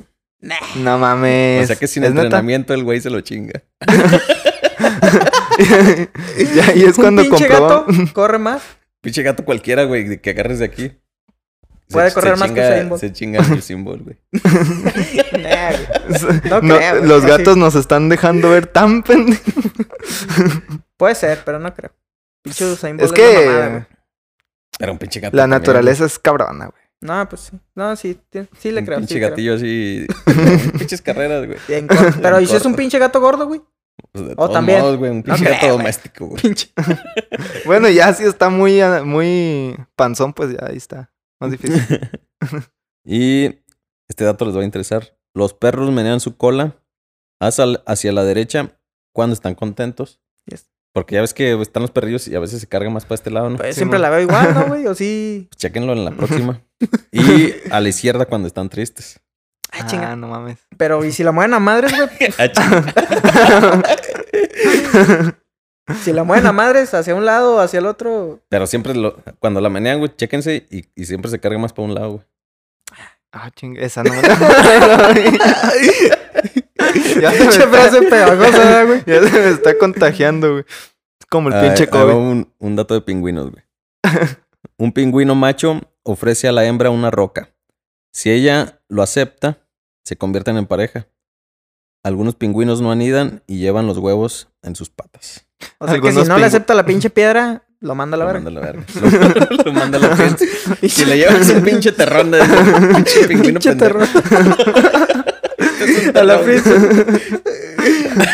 [SPEAKER 1] No mames.
[SPEAKER 2] o sea que sin
[SPEAKER 1] ¿Es neta? [LAUGHS]
[SPEAKER 2] entrenamiento el güey se lo chinga.
[SPEAKER 1] Y ahí es
[SPEAKER 3] Un
[SPEAKER 1] cuando [LAUGHS]
[SPEAKER 3] pinche
[SPEAKER 1] comprobó.
[SPEAKER 3] gato corre más.
[SPEAKER 2] Pinche gato cualquiera, güey, de que agarres de aquí.
[SPEAKER 3] Puede correr más que
[SPEAKER 2] chinga-
[SPEAKER 3] Usain Bolt.
[SPEAKER 2] Se chinga el Usain Bolt, güey.
[SPEAKER 3] Nah, güey. No
[SPEAKER 1] No,
[SPEAKER 3] creo, güey.
[SPEAKER 1] los
[SPEAKER 3] Así.
[SPEAKER 1] gatos nos están dejando ver tan pendejos.
[SPEAKER 3] Puede ser, pero no creo. Pinche Usain
[SPEAKER 1] Es
[SPEAKER 3] Bolt una
[SPEAKER 1] que
[SPEAKER 3] mamada, güey.
[SPEAKER 2] Era un pinche gato.
[SPEAKER 1] la
[SPEAKER 2] también,
[SPEAKER 1] naturaleza es cabrona, güey.
[SPEAKER 3] No, pues sí. No, sí, ti- sí
[SPEAKER 2] güey.
[SPEAKER 3] le
[SPEAKER 2] Un
[SPEAKER 3] creo.
[SPEAKER 2] pinche
[SPEAKER 3] sí le creo.
[SPEAKER 1] [LAUGHS]
[SPEAKER 2] gatillo así. pinches carreras, güey.
[SPEAKER 3] Bien
[SPEAKER 2] [LAUGHS]
[SPEAKER 3] corto. Pero ¿y si es un
[SPEAKER 2] corto.
[SPEAKER 3] pinche gato gordo,
[SPEAKER 2] [LAUGHS]
[SPEAKER 3] güey?
[SPEAKER 2] O sea, de
[SPEAKER 3] O
[SPEAKER 2] todos
[SPEAKER 3] también.
[SPEAKER 2] modos, güey, un pinche
[SPEAKER 3] creo,
[SPEAKER 2] gato
[SPEAKER 3] güey.
[SPEAKER 2] doméstico, güey.
[SPEAKER 3] Pinche.
[SPEAKER 1] Bueno, ya si está muy, ah, muy panzón, pues ya ahí está.
[SPEAKER 3] [LAUGHS] Ah,
[SPEAKER 1] Más difícil.
[SPEAKER 2] Y este dato les va a interesar. Los perros menean su cola hacia, hacia la derecha cuando están contentos.
[SPEAKER 3] Yes.
[SPEAKER 2] Porque ya ves que están los perrillos y a veces se cargan más para este lado, ¿no?
[SPEAKER 3] Pues
[SPEAKER 1] Sí,
[SPEAKER 3] siempre
[SPEAKER 1] mon.
[SPEAKER 3] la veo igual, ¿no, güey?
[SPEAKER 2] [LAUGHS]
[SPEAKER 3] O sí.
[SPEAKER 2] Chequenlo
[SPEAKER 3] [LAUGHS]
[SPEAKER 2] en la próxima. y a la izquierda cuando están tristes.
[SPEAKER 3] Ah,
[SPEAKER 1] Ah,
[SPEAKER 3] chinga.
[SPEAKER 1] no
[SPEAKER 3] [LAUGHS]
[SPEAKER 1] mames.
[SPEAKER 3] Pero ¿y si la mueven a madres, güey?
[SPEAKER 2] [LAUGHS] Ah, chinga.
[SPEAKER 3] Si la mueven a madres hacia un lado o hacia el otro.
[SPEAKER 2] Pero siempre lo- cuando la menean, güey, chéquense y, y siempre se carga más para un lado, güey.
[SPEAKER 1] Ah, chingue, esa no me la... [LAUGHS] ya, se me
[SPEAKER 3] [LAUGHS] Pinche
[SPEAKER 1] está, [LAUGHS]
[SPEAKER 3] frase pegajosa, güey.
[SPEAKER 1] ya se me está contagiando, güey. Es como el
[SPEAKER 2] Ah,
[SPEAKER 1] pinche
[SPEAKER 2] ahí va
[SPEAKER 1] COVID.
[SPEAKER 2] Un, un dato de pingüinos, güey. [LAUGHS] un pingüino macho ofrece a la hembra una roca. Si ella lo acepta, se convierten en pareja. Algunos pingüinos no anidan y llevan los huevos en sus patas.
[SPEAKER 3] O sea que si
[SPEAKER 1] Algunos
[SPEAKER 3] no le
[SPEAKER 1] pingü-
[SPEAKER 3] acepta la pinche piedra, lo manda a la
[SPEAKER 2] Lo
[SPEAKER 3] verga.
[SPEAKER 2] manda a la verga. [LAUGHS] Lo,
[SPEAKER 3] [LAUGHS]
[SPEAKER 2] lo manda a la verga. Y si le llevas un pinche terrón de pinche pingüino
[SPEAKER 3] Pinche
[SPEAKER 2] pendejo.
[SPEAKER 3] terror.
[SPEAKER 2] Es un
[SPEAKER 3] A la
[SPEAKER 2] terrón.
[SPEAKER 3] prisa.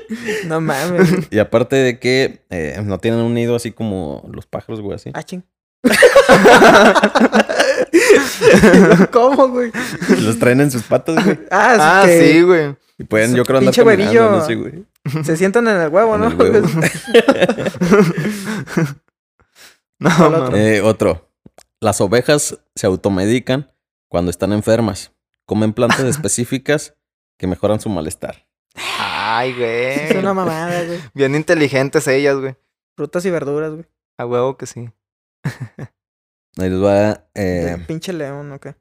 [SPEAKER 3] [LAUGHS] No mames. güey.
[SPEAKER 2] Y aparte de que eh, no tienen un nido así como los pájaros, güey, así. [LAUGHS]
[SPEAKER 3] Ah, ching. [LAUGHS] ¿Cómo, güey?
[SPEAKER 2] Los traen en sus patas, güey.
[SPEAKER 3] Ah,
[SPEAKER 1] Ah,
[SPEAKER 3] es que
[SPEAKER 1] sí, güey. [LAUGHS]
[SPEAKER 2] Y pueden, yo creo, andar
[SPEAKER 3] Pinche
[SPEAKER 2] caminando,
[SPEAKER 3] huevillo.
[SPEAKER 2] no sé, güey.
[SPEAKER 3] Se sientan en el huevo,
[SPEAKER 2] En
[SPEAKER 3] ¿no?
[SPEAKER 2] el huevo.
[SPEAKER 1] No,
[SPEAKER 3] ¿Cuál otro?
[SPEAKER 1] mames.
[SPEAKER 2] Eh, otro. Las ovejas se automedican cuando están enfermas. Comen plantas específicas que mejoran su malestar.
[SPEAKER 1] Ay,
[SPEAKER 3] [LAUGHS] Es una
[SPEAKER 1] güey.
[SPEAKER 3] mamada, güey.
[SPEAKER 1] Bien inteligentes ellas, güey.
[SPEAKER 3] Frutas y verduras, güey.
[SPEAKER 1] A huevo que sí.
[SPEAKER 2] Ahí les va. eh,
[SPEAKER 3] Un pinche león, ¿o qué?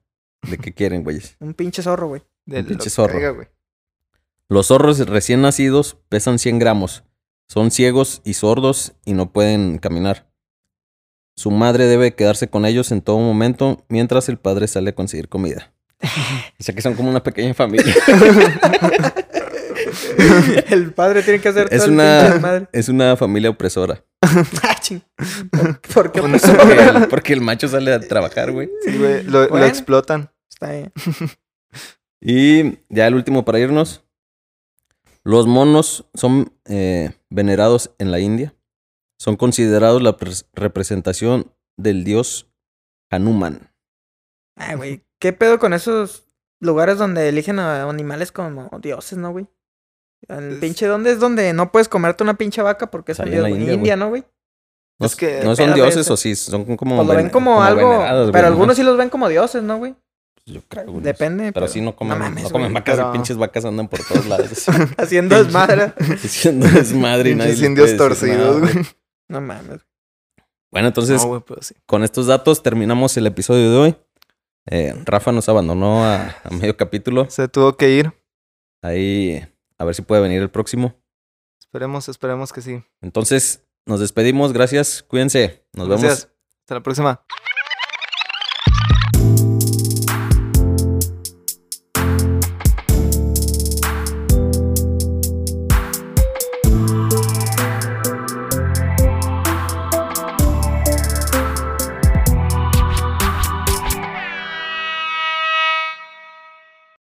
[SPEAKER 2] ¿De qué quieren, güeyes?
[SPEAKER 3] Un pinche zorro, güey. [LAUGHS]
[SPEAKER 1] De
[SPEAKER 2] Un
[SPEAKER 1] lo
[SPEAKER 2] pinche
[SPEAKER 1] que
[SPEAKER 2] zorro.
[SPEAKER 1] caiga, güey.
[SPEAKER 2] Los zorros recién nacidos pesan 100 gramos. Son ciegos y sordos y no pueden caminar. Su madre debe quedarse con ellos en todo momento mientras el padre sale a conseguir comida. O sea que son como una pequeña familia.
[SPEAKER 3] El padre tiene que hacer
[SPEAKER 2] Es
[SPEAKER 3] todo el
[SPEAKER 2] una-
[SPEAKER 3] pinche desmadre. [LAUGHS]
[SPEAKER 2] Es una familia opresora.
[SPEAKER 3] Ah, ching.
[SPEAKER 2] [LAUGHS]
[SPEAKER 3] ¿Por qué?
[SPEAKER 1] Bueno,
[SPEAKER 3] pasó?
[SPEAKER 2] Porque el, porque el macho sale a trabajar, güey.
[SPEAKER 1] Sí, güey, lo, lo
[SPEAKER 3] Bueno.
[SPEAKER 1] explotan.
[SPEAKER 3] Está bien.
[SPEAKER 2] Y ya el último para irnos. Los monos son eh, venerados en la India. Son considerados la pres- representación del dios Hanuman.
[SPEAKER 3] Ah, güey. ¿Qué pedo con esos lugares donde eligen a animales como dioses, no, güey? El pinche dónde es donde no puedes comerte una pinche vaca porque es
[SPEAKER 2] Ahí en
[SPEAKER 3] un dios,
[SPEAKER 2] la
[SPEAKER 3] güey?
[SPEAKER 2] India,
[SPEAKER 3] India, ¿no, güey?
[SPEAKER 2] No,
[SPEAKER 1] Es
[SPEAKER 2] s-
[SPEAKER 1] que-
[SPEAKER 2] no son
[SPEAKER 3] espérame,
[SPEAKER 2] dioses
[SPEAKER 3] ese-
[SPEAKER 2] o sí, son como.
[SPEAKER 3] Pues lo ven
[SPEAKER 2] vene-
[SPEAKER 3] como algo,
[SPEAKER 2] veneradas, güey,
[SPEAKER 3] pero
[SPEAKER 2] ajá.
[SPEAKER 3] algunos sí los ven como dioses, ¿no, güey?
[SPEAKER 2] Yo creo, güey, no sé.
[SPEAKER 3] Depende.
[SPEAKER 2] Pero sí no comen,
[SPEAKER 3] no mames,
[SPEAKER 2] no comen
[SPEAKER 3] güey,
[SPEAKER 2] vacas,
[SPEAKER 1] pero-
[SPEAKER 2] y pinches vacas andan por todos lados.
[SPEAKER 3] [LAUGHS]
[SPEAKER 2] [LAUGHS]
[SPEAKER 3] haciendo desmadre.
[SPEAKER 2] diciendo [LAUGHS] desmadre y nadie.
[SPEAKER 1] Pinches
[SPEAKER 2] les
[SPEAKER 1] indios
[SPEAKER 2] puede decir nada, Pues
[SPEAKER 1] torcidos, güey.
[SPEAKER 3] No mames.
[SPEAKER 2] Bueno, entonces,
[SPEAKER 1] No, güey, pero sí.
[SPEAKER 2] con estos datos terminamos el episodio de hoy. Eh, Rafa nos abandonó a, a medio capítulo.
[SPEAKER 1] Se tuvo que ir.
[SPEAKER 2] Ahí, a ver si puede venir el próximo.
[SPEAKER 1] Esperemos, esperemos que sí.
[SPEAKER 2] Entonces, nos despedimos. Gracias. Cuídense. Nos vemos.
[SPEAKER 1] Gracias. Hasta la próxima.